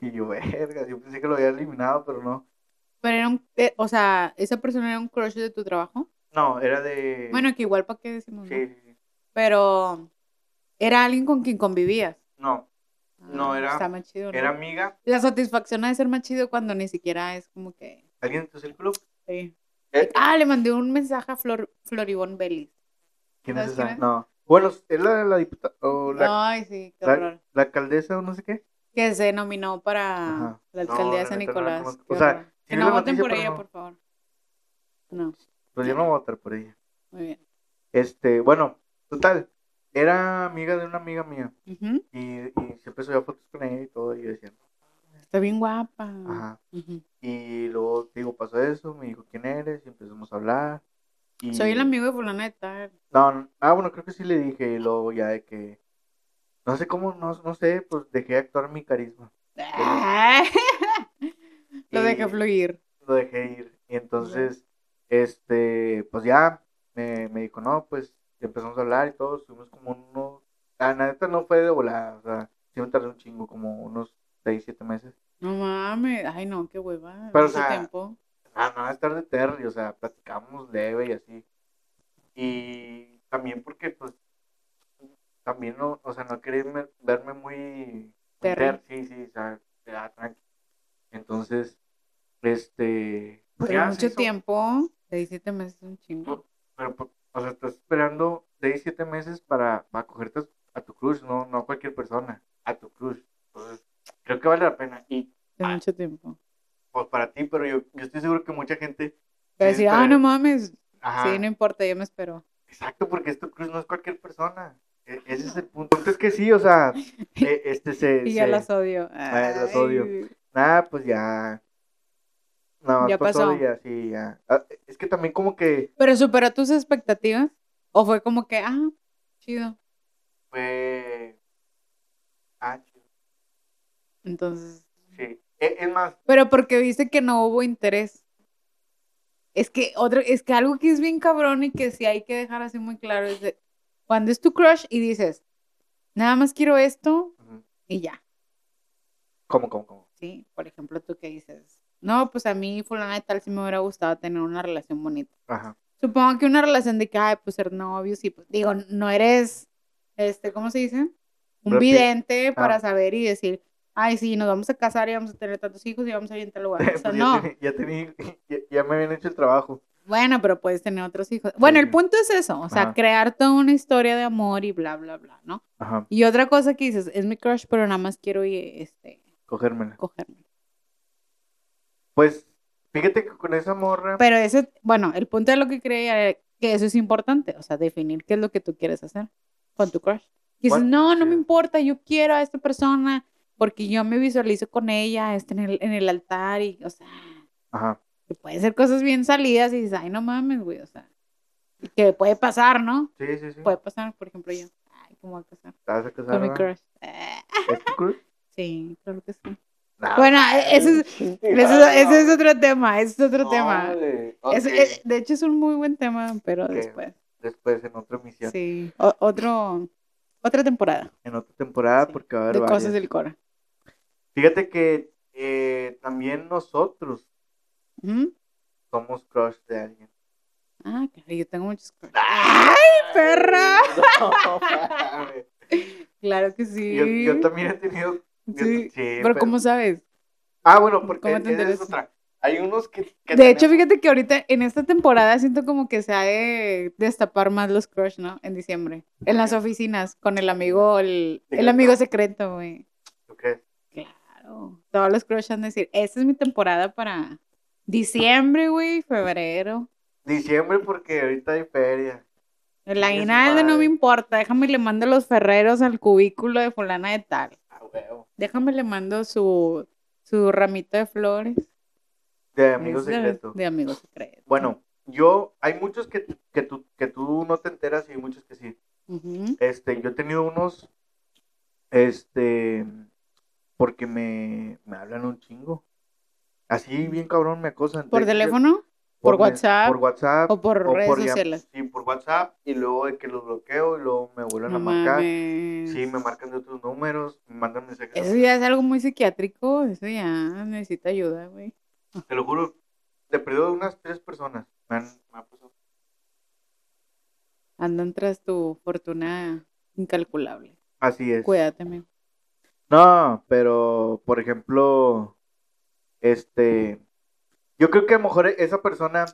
A: Y yo, verga, yo pensé que lo había eliminado, pero no.
B: Pero era un, eh, o sea, esa persona era un crush de tu trabajo.
A: No, era de...
B: Bueno, que igual para qué decimos, ¿no?
A: Sí, sí, sí.
B: Pero era alguien con quien convivías.
A: No, No,
B: Ah,
A: era-
B: Está más chido, ¿no?
A: era amiga.
B: La satisfacción ha de ser más chido cuando ni siquiera es como que.
A: ¿Alguien de tu círculo?
B: sí.
A: Eh.
B: Ah, le mandé un mensaje a Flor, Floribón Belis.
A: ¿Quién es
B: ¿Sabes
A: esa?
B: quién es?
A: No. Bueno, es la, la diputada o la,
B: Ay, sí, qué
A: la-
B: horror.
A: la alcaldesa o no sé qué.
B: Que se nominó para
A: Ajá.
B: la
A: No,
B: alcaldía de
A: la
B: San
A: neta no la
B: Nicolás.
A: conozco.
B: qué
A: O sea,
B: horror.
A: sí
B: que
A: vi
B: no
A: la
B: voten
A: noticia,
B: por
A: pero
B: ella,
A: no.
B: por favor. No,
A: Pero yo no voy a votar por ella.
B: muy bien.
A: Este, bueno, total. Era amiga de una amiga mía.
B: Ujú.
A: Y, y siempre subía fotos con ella y todo. Y yo decía, no.
B: Está bien guapa.
A: ajá.
B: Ujú.
A: Y luego, te digo, pasó eso. Me dijo, ¿quién eres? Y empezamos a hablar. Y...
B: Soy el amigo de Fulana de Tal.
A: No, no, ah, bueno, creo que sí le dije. Y luego ya de que. No sé cómo, no, no sé, pues dejé de actuar mi carisma.
B: Ah, Lo dejé
A: y-
B: fluir.
A: lo dejé ir. Y entonces, este, pues ya me, me dijo, no, pues ya empezamos a hablar y todo. Estuvimos como unos. La neta no fue de volada, o sea, sí me tardé un chingo, como unos 6, 7 meses.
B: No mames. Ay, no, qué hueva.
A: Pero, o
B: mucho
A: sea,
B: tiempo.
A: Ah, no, estar de Terry, o sea, platicamos leve y así. Y también porque, pues, también no, o sea, no quería irme- verme muy. muy
B: Terry.
A: ter- sí, sí, o sea, ya, tranqui. Entonces, este. pues
B: Pero
A: ya se
B: mucho
A: hizo.
B: tiempo. De 17 meses es un chingo.
A: Pero, pues, o sea, estás esperando 6, 7 meses para, para cogerte a tu- a tu crush, no, no a cualquier persona, a tu crush. Entonces, creo que vale la pena. Y,
B: Es
A: Ah.
B: mucho tiempo.
A: pues, para ti, pero yo, yo estoy seguro que mucha gente...
B: Va a decir,
A: está- Ah.
B: ah, no mames.
A: Ajá,
B: Sí, no importa, yo me espero.
A: Exacto, porque es tu crush, no es cualquier persona. E- ese es el punto. Entonces, que sí, o sea, e- este se...
B: Y ya
A: se-
B: las odio.
A: Ah, las odio.
B: Ay.
A: Nada, pues ya... Nada más
B: Ya
A: pasó.
B: pasó.
A: y ya, sí, ya. Ah, Es que también como que...
B: ¿Pero superó tus expectativas? ¿O fue como que, ah, chido?
A: Fue... Ah,
B: Entonces.
A: sí. E- Es más,
B: Pero porque dice que no hubo interés. Es que otro, es que algo que es bien cabrón y que sí hay que dejar así muy claro es de, cuando es tu crush y dices, nada más quiero esto
A: ujú,
B: y ya,
A: ¿cómo, cómo, cómo?
B: ¿sí? Por ejemplo, tú que dices, no, pues a mí fulana de tal sí me hubiera gustado tener una relación bonita.
A: Ajá.
B: Supongo que una relación de que, ay, pues ser novios y pues, digo, no eres, este, ¿cómo se dice? Un
A: Brad Pitt.
B: vidente para
A: Ah.
B: saber y decir, ay, sí, nos vamos a casar y vamos a tener tantos hijos y vamos a ir en tal lugar. O sea,
A: Pues
B: no.
A: ya, tenía- ya, tenía- ya- ya me habían hecho el trabajo.
B: Bueno, pero puedes tener otros hijos. Bueno, el
A: sí.
B: punto es eso, o sea,
A: Ajá.
B: crear toda una historia de amor y bla, bla, bla, ¿no?
A: Ajá,
B: Y otra cosa que dices, es mi crush, pero nada más quiero y, este,
A: cogérmela.
B: cogerme.
A: Pues fíjate que con esa morra.
B: Pero ese, bueno, el punto de lo que creía era que eso es importante, o sea, definir qué es lo que tú quieres hacer con tu crush. Y dices,
A: Bueno,
B: no, no me
A: sí.
B: importa, yo quiero a esta persona porque yo me visualizo con ella, este, en el, en el altar y, o sea,
A: Ajá.
B: que puede ser cosas bien salidas y dices, ay, no mames, güey, o sea, y que puede pasar, ¿no?
A: Sí, sí, sí.
B: puede pasar, por ejemplo, yo. Ay, ¿cómo va a casar?
A: ¿Te vas a casar,
B: pues, Con mi
A: verdad?
B: crush. Eh,
A: ¿Es tu crush?
B: sí, claro que sí.
A: Nah,
B: Bueno,
A: hombre.
B: e, ese es, ese, es- ese es otro tema, ese es otro
A: No,
B: tema. eh,
A: hombre.
B: Es-
A: Ok,
B: es- de hecho, es un muy buen tema, pero
A: Ok.
B: después.
A: Después en otra emisión.
B: Sí, o- otro, otra temporada
A: En otra temporada,
B: Sí,
A: porque va a haber
B: de
A: varias.
B: cosas del Cora.
A: Fíjate que eh, también nosotros
B: Ujú.
A: somos crush de alguien.
B: Ah, caray, yo tengo muchos crush. ¡Ay, perra!
A: No, mames.
B: Claro que sí.
A: yo, yo también he tenido. yo-
B: Sí, pero,
A: pe-
B: ¿cómo sabes?
A: Ah, bueno,
B: ¿Cómo
A: porque
B: te
A: esa es
B: enteraste?
A: otra. Hay unos que. que
B: De hecho,
A: tenemos-
B: fíjate que ahorita en esta temporada siento como que se ha de destapar más los crush, ¿no? En diciembre. En las oficinas, con el amigo, el, el amigo secreto, güey.
A: ¿Tú crees?
B: Claro. Todos los crush han de decir, esta es mi temporada para diciembre, güey, febrero.
A: Diciembre porque ahorita hay feria.
B: El
A: Chingue su
B: aguinaldo no me
A: madre.
B: importa, déjame le mando los ferreros al cubículo de fulana de tal.
A: A huevo.
B: Déjame le mando su, su ramito de flores.
A: De amigo
B: Es de-
A: secreto.
B: De, amigo secreto.
A: Bueno, yo, hay muchos que, que, tú, que tú no te enteras y hay muchos que sí.
B: Ujú.
A: Este, yo he tenido unos, este, porque me, me hablan un chingo. Así bien cabrón me acosan. De
B: ¿Por
A: hecho, yo-
B: teléfono? ¿Por
A: mes-
B: WhatsApp?
A: Por WhatsApp.
B: ¿O por redes
A: llam-
B: sociales?
A: Sí, por WhatsApp. Y luego de que los bloqueo y luego me vuelven
B: No
A: a marcar.
B: mames.
A: Sí, me marcan de otros números, me mandan mensajes.
B: Eso ya es algo muy psiquiátrico, eso ya necesita ayuda, güey.
A: Te lo juro, te perdido de unas tres personas. Me han, me ha pasado.
B: Andan tras tu fortuna incalculable.
A: Así es.
B: Cuídate, men.
A: No, pero por ejemplo, este, yo creo que a lo mejor esa persona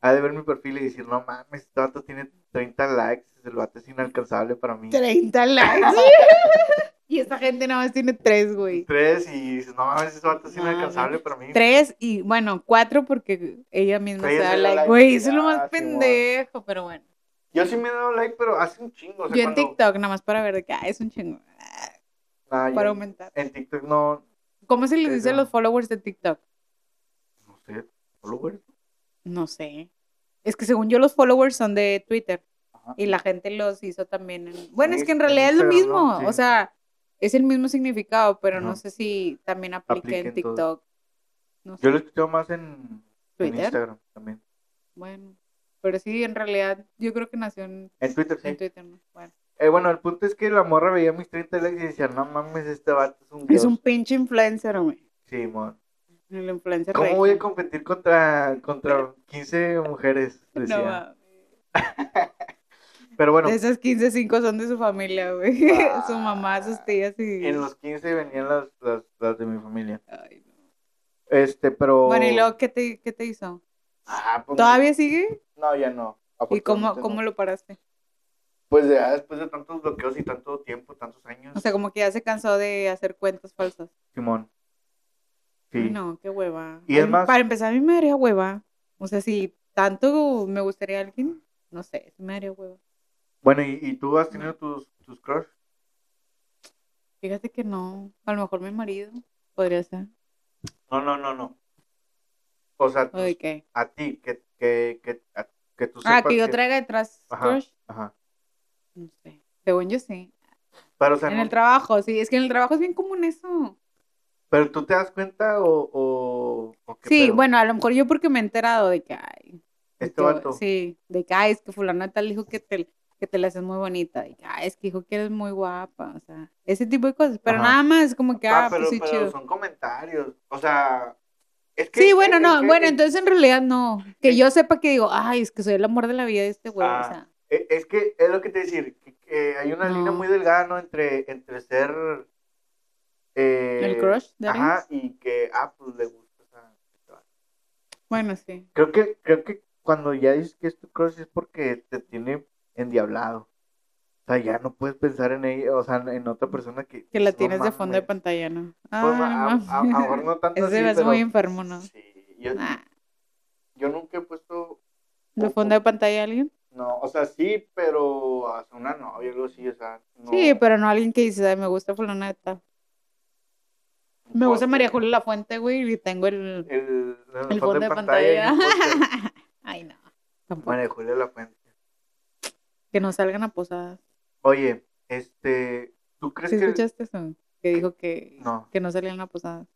A: ha de ver mi perfil y decir, no mames, este vato tiene 30 likes, el vato es inalcanzable para mí.
B: 30 likes. y esta gente nada más tiene 3, güey.
A: Tres y dices, no mames, ese vato es
B: Mames.
A: inalcanzable para mí.
B: 3 y bueno, 4 porque ella misma se
A: Ella
B: da
A: se da
B: like.
A: like.
B: Güey, eso es lo más
A: Ah, Simón.
B: pendejo, pero bueno.
A: Yo sí me he dado like, pero hace un chingo. o sea,
B: Yo en
A: cuando-
B: TikTok, nada más para ver de que ah, es un chingo. ah,
A: Ah, yo
B: Para aumentar.
A: En TikTok no,
B: ¿Cómo se les dice a
A: Eso.
B: los followers de TikTok?
A: no sé, followers.
B: No sé. Es que según yo los followers son de Twitter.
A: Ajá.
B: Y la gente los hizo también. en- Bueno, es que en
A: en
B: realidad es lo
A: Instagram,
B: mismo.
A: ¿no?
B: O
A: Sí.
B: sea, es el mismo significado, pero no
A: Ajá.
B: sé si también aplica
A: Aplica
B: en
A: en todo.
B: TikTok. No sé,
A: Yo lo escucho más en, en
B: Twitter.
A: Instagram también.
B: Bueno, pero sí, en realidad, yo creo que nació en,
A: En Twitter,
B: en
A: sí.
B: Twitter, ¿no? Bueno.
A: Eh, bueno, el punto es que la morra veía mis 30 likes y decía, no mames, este vato es un dios.
B: Es un pinche influencer, güey.
A: Sí, mon.
B: El influencer
A: ¿Cómo
B: regio.
A: voy a competir contra, contra 15 mujeres?
B: No,
A: Decía.
B: mames.
A: Pero bueno,
B: de esas 15, 5 son de su familia, güey.
A: Ah.
B: su mamá, sus tías y...
A: en los 15 venían las, las, las de mi familia.
B: Ay, no.
A: Este, pero...
B: Bueno, ¿y luego qué te, qué te hizo?
A: Ah, pues,
B: ¿Todavía sigue?
A: No, ya no.
B: ¿Y cómo,
A: Afortunadamente
B: cómo
A: no.
B: lo paraste?
A: Pues ya después de tantos bloqueos y tanto tiempo, tantos años,
B: O sea, como que ya se cansó de hacer cuentas falsas.
A: Simón. Sí.
B: Ay, no, qué hueva.
A: Y es
B: Ay,
A: más-
B: Para empezar, a mí me daría hueva. O sea, si tanto me gustaría a alguien, no sé, sí me daría hueva.
A: Bueno, ¿y, y tú has tenido tus, tus crush?
B: Fíjate que no. A lo mejor mi marido podría ser.
A: No, no, no, no. O sea,
B: ¿O
A: tus-
B: de qué?
A: a ti, que, que, que, a- pues, que tú
B: Ah,
A: sepas
B: que yo traiga detrás
A: Ajá.
B: crush.
A: Ajá.
B: No sé. Según yo sí.
A: Pero, o sea,
B: En
A: no-
B: el trabajo, sí. Es que en el trabajo es bien común eso.
A: pero tú te das cuenta o... o, o qué
B: Sí,
A: pedo?
B: bueno, a lo mejor yo porque me he enterado de que, ay, de
A: Este
B: que-
A: vato.
B: sí, de que, ay, es que fulano de tal dijo que te, que te la haces muy bonita, y que, ay, es que dijo que eres muy guapa, o sea, ese tipo de cosas, pero
A: Ajá.
B: nada más como que, ah,
A: Ah, pero,
B: pues sí,
A: pero
B: chido.
A: son comentarios. O sea, es que...
B: Sí, bueno,
A: es
B: no,
A: que-
B: bueno, entonces en realidad no, que
A: Sí.
B: yo sepa que digo, ay, es que soy el amor de la vida de este güey,
A: Ah.
B: o sea,
A: Es, es que es lo que te decir, que, que hay una
B: No.
A: línea muy delgada, ¿no? Entre, entre ser... eh,
B: el crush de
A: Ajá,
B: alguien.
A: y que, ah, pues le gusta. o sea,
B: Bueno, sí,
A: creo que, creo que cuando ya dices que es tu crush es porque te tiene endiablado. O sea, ya no puedes pensar en ella, o sea, en otra persona que...
B: que la
A: no
B: tienes de fondo de
A: mames.
B: pantalla, ¿no? Ah,
A: Pues,
B: no
A: a,
B: mames.
A: a- a lo mejor no tanto
B: Ese
A: así,
B: es
A: pero-
B: muy enfermo, ¿no?
A: Sí, yo,
B: Ah,
A: yo nunca he puesto...
B: ¿De fondo de pantalla a alguien?
A: No, o sea, sí, pero a una novia, algo así, o sea, no...
B: Sí, pero no alguien que dice, "Ay, me gusta fulana de tal. Me gusta
A: porque
B: María Julia La Fuente, güey, y tengo el...
A: El, el
B: El fondo de
A: y
B: pantalla.
A: un póster.
B: Ay, no. Tampoco.
A: María Julia La Fuente.
B: Que no salgan a posadas.
A: Oye, este, ¿tú crees
B: ¿Sí
A: que...?
B: escuchaste eso? Que dijo que
A: No.
B: que no salían a posadas.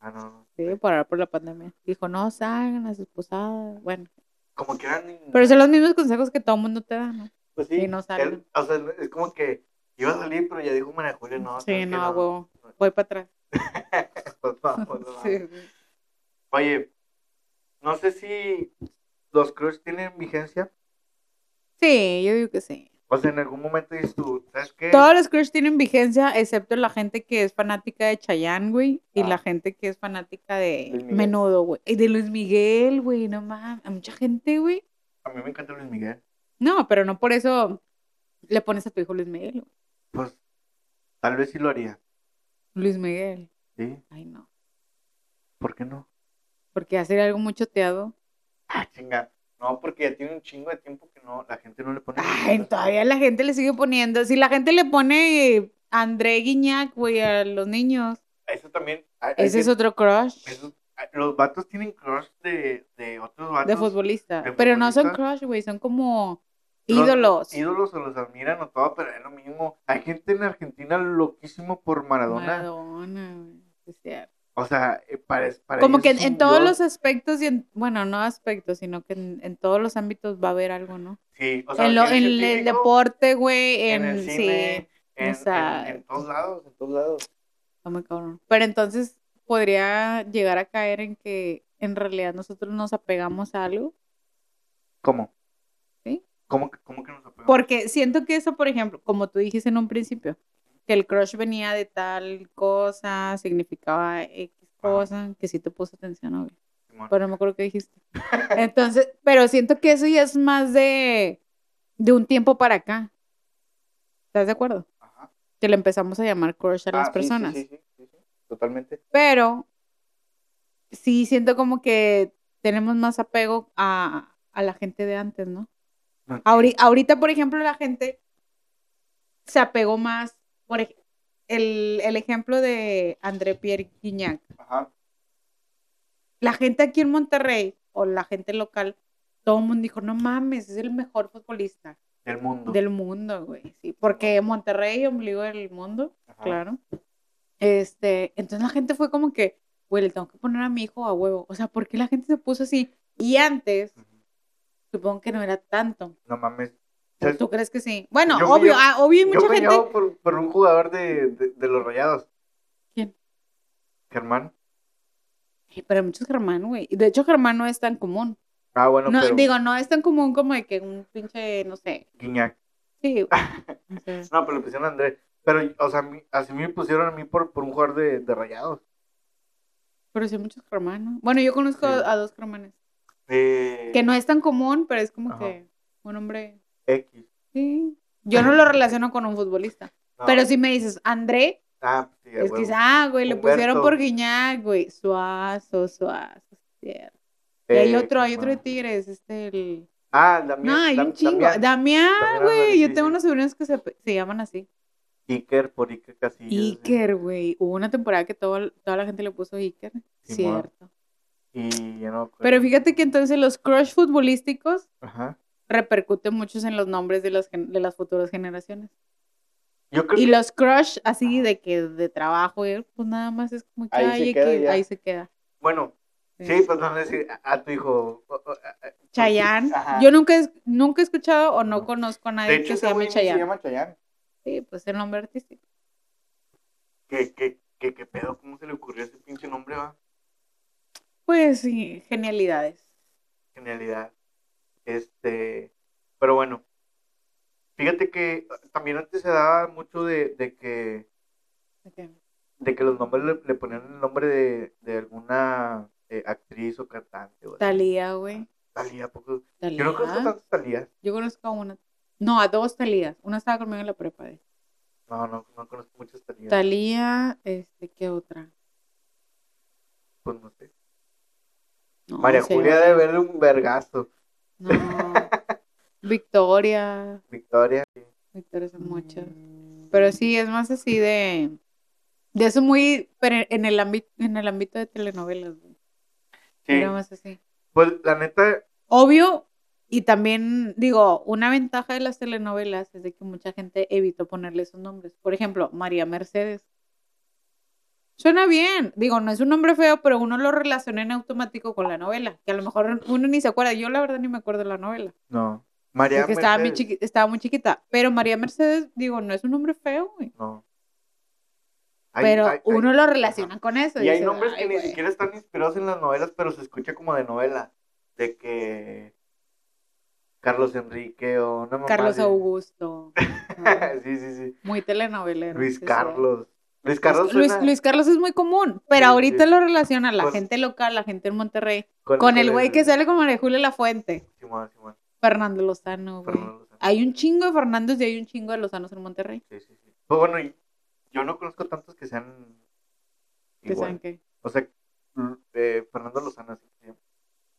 A: Ah, no, no.
B: Sí, por ahora por la pandemia. Dijo, no salgan a sus posadas. Bueno.
A: Como que eran...
B: Pero son los mismos consejos que todo el mundo te da, ¿no?
A: Pues sí,
B: Y no salen.
A: él- o sea, es como que iba a salir, pero ya dijo María Julia, no.
B: sí,
A: ¿sabes qué?
B: no, a huevo. Voy para atrás.
A: Pues vamos, no
B: Sí,
A: vamos.
B: sí.
A: Oye, no sé si los crush tienen vigencia.
B: Sí, yo digo que sí.
A: O sea, en algún momento dices tú, ¿sabes qué?
B: Todos los crush tienen vigencia, excepto la gente que es fanática de Chayanne, güey, y
A: Ah.
B: la gente que es fanática de
A: Luis Miguel.
B: Menudo, güey. Y de Luis Miguel, güey, no mames. A mucha gente, güey.
A: A mí me encanta Luis Miguel.
B: No, pero no por eso le pones a tu hijo Luis Miguel. güey.
A: Pues, tal vez sí lo haría,
B: Luis Miguel.
A: ¿sí?
B: Ay, no.
A: ¿Por qué no?
B: Porque hacer algo muy choteado.
A: Ah, chinga. No, porque ya tiene un chingo de tiempo que no, la gente no le pone...
B: Ay,
A: vigencia.
B: todavía la gente le sigue poniendo. Si la gente le pone André Guiñac, güey, a los niños.
A: Eso también... ah, hay- hay
B: Ese es
A: gente-
B: otro crush
A: esos- ah, los vatos tienen crush de, de otros vatos.
B: de futbolista.
A: de
B: Pero no son
A: futbolista.
B: crush, güey, son como
A: Los
B: ídolos.
A: Ídolos o los admiran o todo, pero es lo mismo. Hay gente en Argentina loquísimo por Maradona.
B: Maradona, güey. es cierto.
A: O sea, eh, para, para
B: Como
A: ellos
B: que en,
A: es
B: en
A: un
B: todos
A: dios.
B: los aspectos y en, bueno, no aspectos, sino que en, en todos los ámbitos va a haber algo, ¿no?
A: Sí, o sea,
B: en, lo-
A: el
B: en el,
A: científico,
B: deporte, güey, en,
A: en el
B: sí,
A: cine, en,
B: o sea-
A: en- en todos lados, en todos lados.
B: está muy cabrón. Pero entonces podría llegar a caer en que en realidad nosotros nos apegamos a algo,
A: ¿Cómo?
B: ¿Sí?
A: ¿Cómo, que- cómo que nos apegamos?
B: porque siento que eso, por ejemplo, como tú dijiste en un principio, que el crush venía de tal cosa, significaba X cosa, que sí te puso atención, obvio.
A: Simón?
B: Pero no me acuerdo qué dijiste. Entonces, pero siento que eso ya es más de, de un tiempo para acá. ¿Estás de acuerdo?
A: Ajá.
B: Que le empezamos a llamar crush a las
A: Ah, sí, sí,
B: personas.
A: sí, sí, sí, sí, totalmente.
B: Pero sí siento como que tenemos más apego a, a la gente de antes, ¿no?
A: No,
B: Ahori- ahorita, por ejemplo, la gente se apegó más, por ej- el, el ejemplo de André Pierre Guignac.
A: Ajá.
B: la gente aquí en Monterrey o la gente local, todo el mundo dijo, no mames, es el mejor futbolista
A: Del mundo.
B: del mundo, güey. Sí, porque Monterrey, ombligo del mundo,
A: Ajá.
B: claro. Este, entonces la gente fue como que, güey, le tengo que poner a mi hijo a huevo. O sea, ¿por qué la gente se puso así? Y antes, supongo que no era tanto.
A: No mames. ¿Sabes?
B: ¿Tú crees que sí? Bueno,
A: Yo me
B: obvio,
A: llevo-
B: ah, obvio hay
A: Yo
B: mucha
A: me
B: gente.
A: llevo por, por un jugador de, de, de los rayados.
B: ¿Quién?
A: Germán.
B: Sí, eh, Pero hay muchos Germán, güey. Y De hecho, Germán no es tan común.
A: Ah, bueno,
B: No,
A: pero
B: Digo, no es tan común como de que un pinche, no sé.
A: Guiñac.
B: Sí. o sea,
A: No, pero le pusieron a Andrés. Pero, o sea, a mí- así me pusieron a mí por, por un jugador de, de rayados.
B: pero sí hay muchos Germán, ¿no? Bueno, yo conozco
A: Sí.
B: a, a dos Germanes.
A: De
B: Que no es tan común, pero es como
A: Ajá.
B: que un hombre.
A: X.
B: Sí. Yo no lo relaciono con un futbolista.
A: No.
B: Pero si me dices, André,
A: Ah, sí, a
B: es que
A: Ah. huevo.
B: dices, ah, güey, le pusieron
A: Humberto.
B: por Guiñac, güey. Suazo, suazo. cierto. Y hay
A: Eh,
B: otro, hay otro de
A: Germán.
B: Tigres, este, el...
A: Ah, Damián.
B: No, hay
A: Dam-
B: un chingo.
A: Damián.
B: Damián,
A: Damián
B: güey.
A: Álvarez,
B: Yo
A: sí,
B: tengo
A: sí.
B: unos sobrinos que se, se llaman así.
A: Iker por Iker Casillas. sí.
B: Iker, güey. Hubo una temporada que todo, toda la gente le puso Iker.
A: Simón. pues.
B: Cierto.
A: Y ya no. me acuerdo.
B: Pero fíjate que entonces los crush futbolísticos
A: Ajá.
B: repercuten muchos en los nombres de, los gen- de las futuras generaciones.
A: Yo creo
B: Y los crush así
A: Ajá.
B: de que de trabajo, eh, pues nada más es como que
A: Ahí se
B: "Ay,
A: queda
B: X",
A: ya.
B: ahí se queda.
A: Bueno,
B: Sí.
A: sí, pues no decir a, a tu hijo. o- ah, o- a- a-
B: Chayanne.
A: Ajá.
B: Yo nunca, es- nunca he escuchado o no
A: No.
B: conozco a
A: De
B: nadie
A: hecho,
B: que
A: ese
B: se llame
A: güey ni
B: Chayanne.
A: se llama Chayanne.
B: Sí, pues el nombre artístico.
A: ¿Qué, qué, qué, qué pedo? ¿Cómo se le ocurrió ese pinche nombre, va?
B: Pues sí, genialidades.
A: Genialidad. Este. Pero bueno. Fíjate que también antes se daba mucho de, de que
B: Ok.
A: de que los nombres le, le ponían el nombre de, de alguna eh, actriz o cantante. o así.
B: Talía, güey.
A: Talía, ¿a poco?
B: Talía.
A: Yo no conozco tantas Talías.
B: Yo conozco a una. No, a dos Talías. Una estaba conmigo en la prepa. De.
A: No, no, no conozco muchas Talías.
B: Talía, este, ¿qué otra?
A: Pues no sé.
B: No,
A: María
B: no sé,
A: Julia debe verle un vergazo.
B: No. Victoria.
A: Victoria.
B: Victoria son muchas.
A: Mm.
B: Pero sí, es más así de. De eso muy. Pero en el, ámbito en el ámbito de telenovelas. güey.
A: Sí.
B: Era más así.
A: Pues la neta,
B: Obvio. Y también, digo, una ventaja de las telenovelas es de que mucha gente evitó ponerle esos nombres. Por ejemplo, María Mercedes. Suena bien. Digo, no es un nombre feo, pero uno lo relaciona en automático con la novela. Que a lo mejor uno ni se acuerda. Yo, la verdad, ni me acuerdo de la novela.
A: no. María
B: porque estaba, muy
A: Mercedes,
B: chiqui- estaba muy chiquita. Pero María Mercedes, digo, no es un nombre feo, güey.
A: No. Hay-
B: Pero
A: hay- hay-
B: uno lo relaciona con eso.
A: Y hay
B: dice,
A: nombres
B: "Ay,
A: que ni
B: güey".
A: siquiera están inspirados en las novelas, pero se escucha como de novela. De que Carlos Enrique o una mamá
B: Carlos
A: de-
B: Augusto. Ah,
A: sí, sí, sí.
B: muy telenovelero.
A: Luis
B: sí, sí.
A: Carlos. Luis Carlos
B: Pues Luis,
A: suena
B: Luis Carlos es muy común, pero
A: Sí,
B: ahorita
A: sí. Pues
B: lo relaciona la
A: Con-
B: gente local, la gente en Monterrey, con el güey que sale con María Julia La Fuente,
A: Simón, Simón,
B: Fernando Lozano, güey.
A: Fernando Lozano.
B: Hay un chingo de Fernandos y hay un chingo de Lozanos en Monterrey.
A: Sí, sí, sí. Pues bueno, y- yo no conozco tantos que sean
B: ¿Qué
A: igual.
B: saben qué?
A: O sea, mm, eh, Fernando Lozano. así se llama.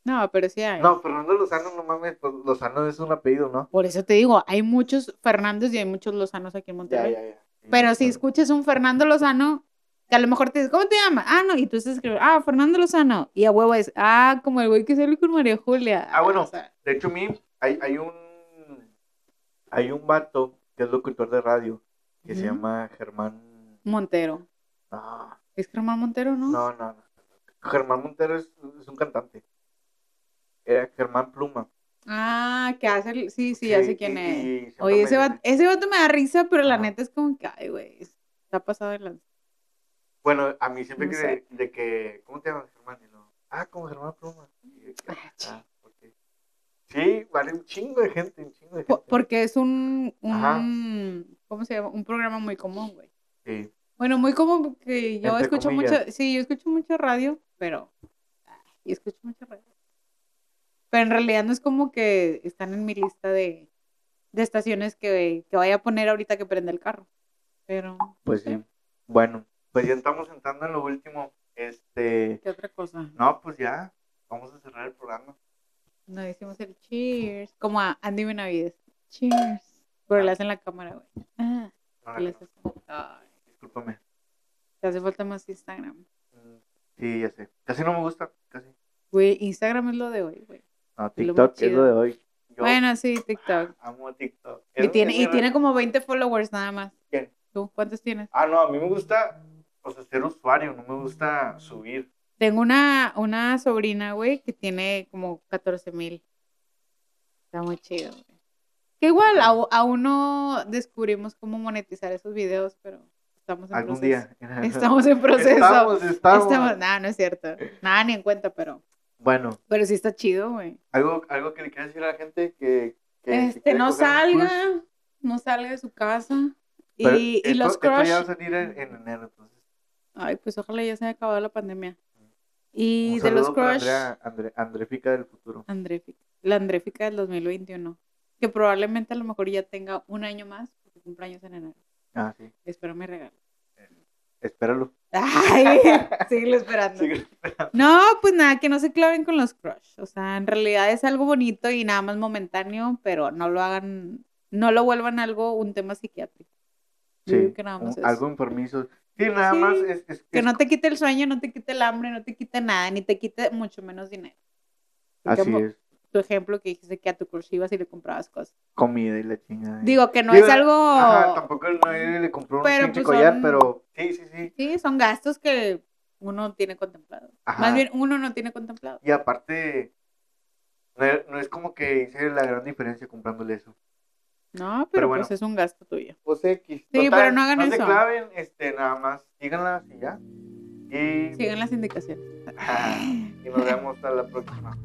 B: No, pero sí hay.
A: No, Fernando Lozano, no mames, pues, Lozano es un apellido, ¿no?
B: Por eso te digo, hay muchos Fernandos y hay muchos Lozanos aquí en Monterrey.
A: ya.
B: Pero si
A: claro.
B: escuchas un Fernando Lozano, que a lo mejor te dices, ¿cómo te llamas? Ah, no, y tú estás escribiendo, ah, Fernando Lozano. Y a huevo es, ah, como el güey que sale con María Julia.
A: Ah, bueno.
B: O sea,
A: De hecho, mi, hay, hay un hay un vato que es locutor de radio que se
B: Ujú.
A: llama Germán.
B: Montero.
A: No,
B: ¿Es Germán Montero, no?
A: no, no. no. Germán Montero es, es un cantante. Era Germán Pluma.
B: Ah, que hace, el- sí, sí, ya sé quién
A: y-
B: es.
A: y- y siempre
B: Oye,
A: me
B: ese, va-
A: dice-
B: ese vato me da risa, pero la
A: Ajá.
B: neta es como que, ay, güey, está pasado de lanza.
A: Bueno, a mí siempre
B: No
A: que
B: sé.
A: de, de que. ¿Cómo te llamas, Germán? Y luego, ah, como Germán Pluma. Y yo,
B: Ah,
A: ah, ok. Sí, vale un chingo de gente, un chingo de gente.
B: Po- Porque es un,
A: Ajá.
B: un ¿cómo se llama? Un programa muy común, güey.
A: Sí.
B: Bueno, muy común que yo
A: Entre
B: escucho
A: comillas.
B: mucho, sí, yo escucho mucho radio, pero, ay, y escucho mucho radio. Pero en realidad no es como que están en mi lista de, de estaciones que, que vaya a poner ahorita que prenda el carro. Pero,
A: Pues sí. Bueno, pues ya estamos entrando en lo último. Este.
B: ¿qué otra cosa?
A: No, pues ya, vamos a cerrar el programa.
B: No hicimos el cheers. Como a Andy Benavides. Cheers. Pero le hacen la cámara, güey. Ah,
A: No,
B: y
A: no,
B: le haces- Ay,
A: discúlpame.
B: te hace falta más Instagram.
A: Mm, Sí, ya sé. Casi no me gusta, casi.
B: Güey, Instagram es lo de hoy, güey.
A: No,
B: Es lo más
A: TikTok es lo de hoy. Yo
B: Bueno, sí, TikTok.
A: amo TikTok. Es
B: Y
A: lo
B: tiene,
A: que
B: y
A: me-
B: tiene como 20 followers nada más.
A: ¿Quién?
B: ¿Tú cuántos tienes?
A: pues, Ah, no, a mí me gusta, o sea, ser usuario, no me gusta subir.
B: Tengo una, una sobrina, güey, que tiene como 14 mil. Está muy chido, güey. Que igual, au- aún no descubrimos cómo monetizar esos videos, pero estamos en
A: Algún
B: proceso.
A: día.
B: Estamos en proceso.
A: Estamos, estamos.
B: Estamos- Nada, no es cierto. Nada, ni en cuenta, pero,
A: Bueno,
B: pero sí está chido, güey.
A: algo, algo que le quieras decir a la gente que... que si
B: Este,
A: quiere
B: no
A: coger un
B: salga,
A: crush.
B: no salga de su casa.
A: Pero
B: Y, y
A: esto-
B: los
A: esto ya
B: crush.
A: va a salir en, en enero, entonces.
B: Ay, pues ojalá ya se haya acabado la pandemia. Y
A: Un
B: de los
A: saludo para
B: crush,
A: Andrea, Andre- Andrefica del futuro.
B: Andréfica, la Andréfica del 2021, que probablemente a lo mejor ya tenga un año más, porque cumpleaños en enero.
A: Ah, sí.
B: Espero me regalo.
A: Espéralo.
B: Ay, síguelo esperando.
A: Sí.
B: No, pues nada, que no se claven con los crush. O sea, en realidad es algo bonito y nada más momentáneo, pero no lo hagan, no lo vuelvan algo, un tema psiquiátrico. Yo digo que nada más
A: un-
B: eso.
A: algo enfermizo. Sí, nada
B: Sí.
A: más es, es-
B: Que
A: es-
B: no te quite el sueño, no te quite el hambre, no te quite nada, ni te quite mucho menos dinero. Por
A: así
B: ejemplo,
A: es.
B: Tu ejemplo que dijiste que a tu crush ibas y le comprabas cosas.
A: Comida y la chingada.
B: Digo que no
A: Digo,
B: es algo...
A: Ajá, tampoco no, él le compró un
B: Pero,
A: pinche
B: pues,
A: collar,
B: son-
A: pero sí, sí, sí.
B: Sí, son gastos que uno tiene contemplado.
A: Ajá.
B: Más bien, uno no tiene contemplado.
A: Y aparte, no, es- no es como que hice la gran diferencia comprándole eso.
B: No, pero,
A: Pero bueno.
B: pues es un gasto tuyo.
A: Pues X.
B: Sí,
A: total,
B: pero no hagan
A: No se
B: eso.
A: claven, este, nada más síganlas y ya. Y,
B: Sigan las indicaciones.
A: y nos vemos hasta la próxima.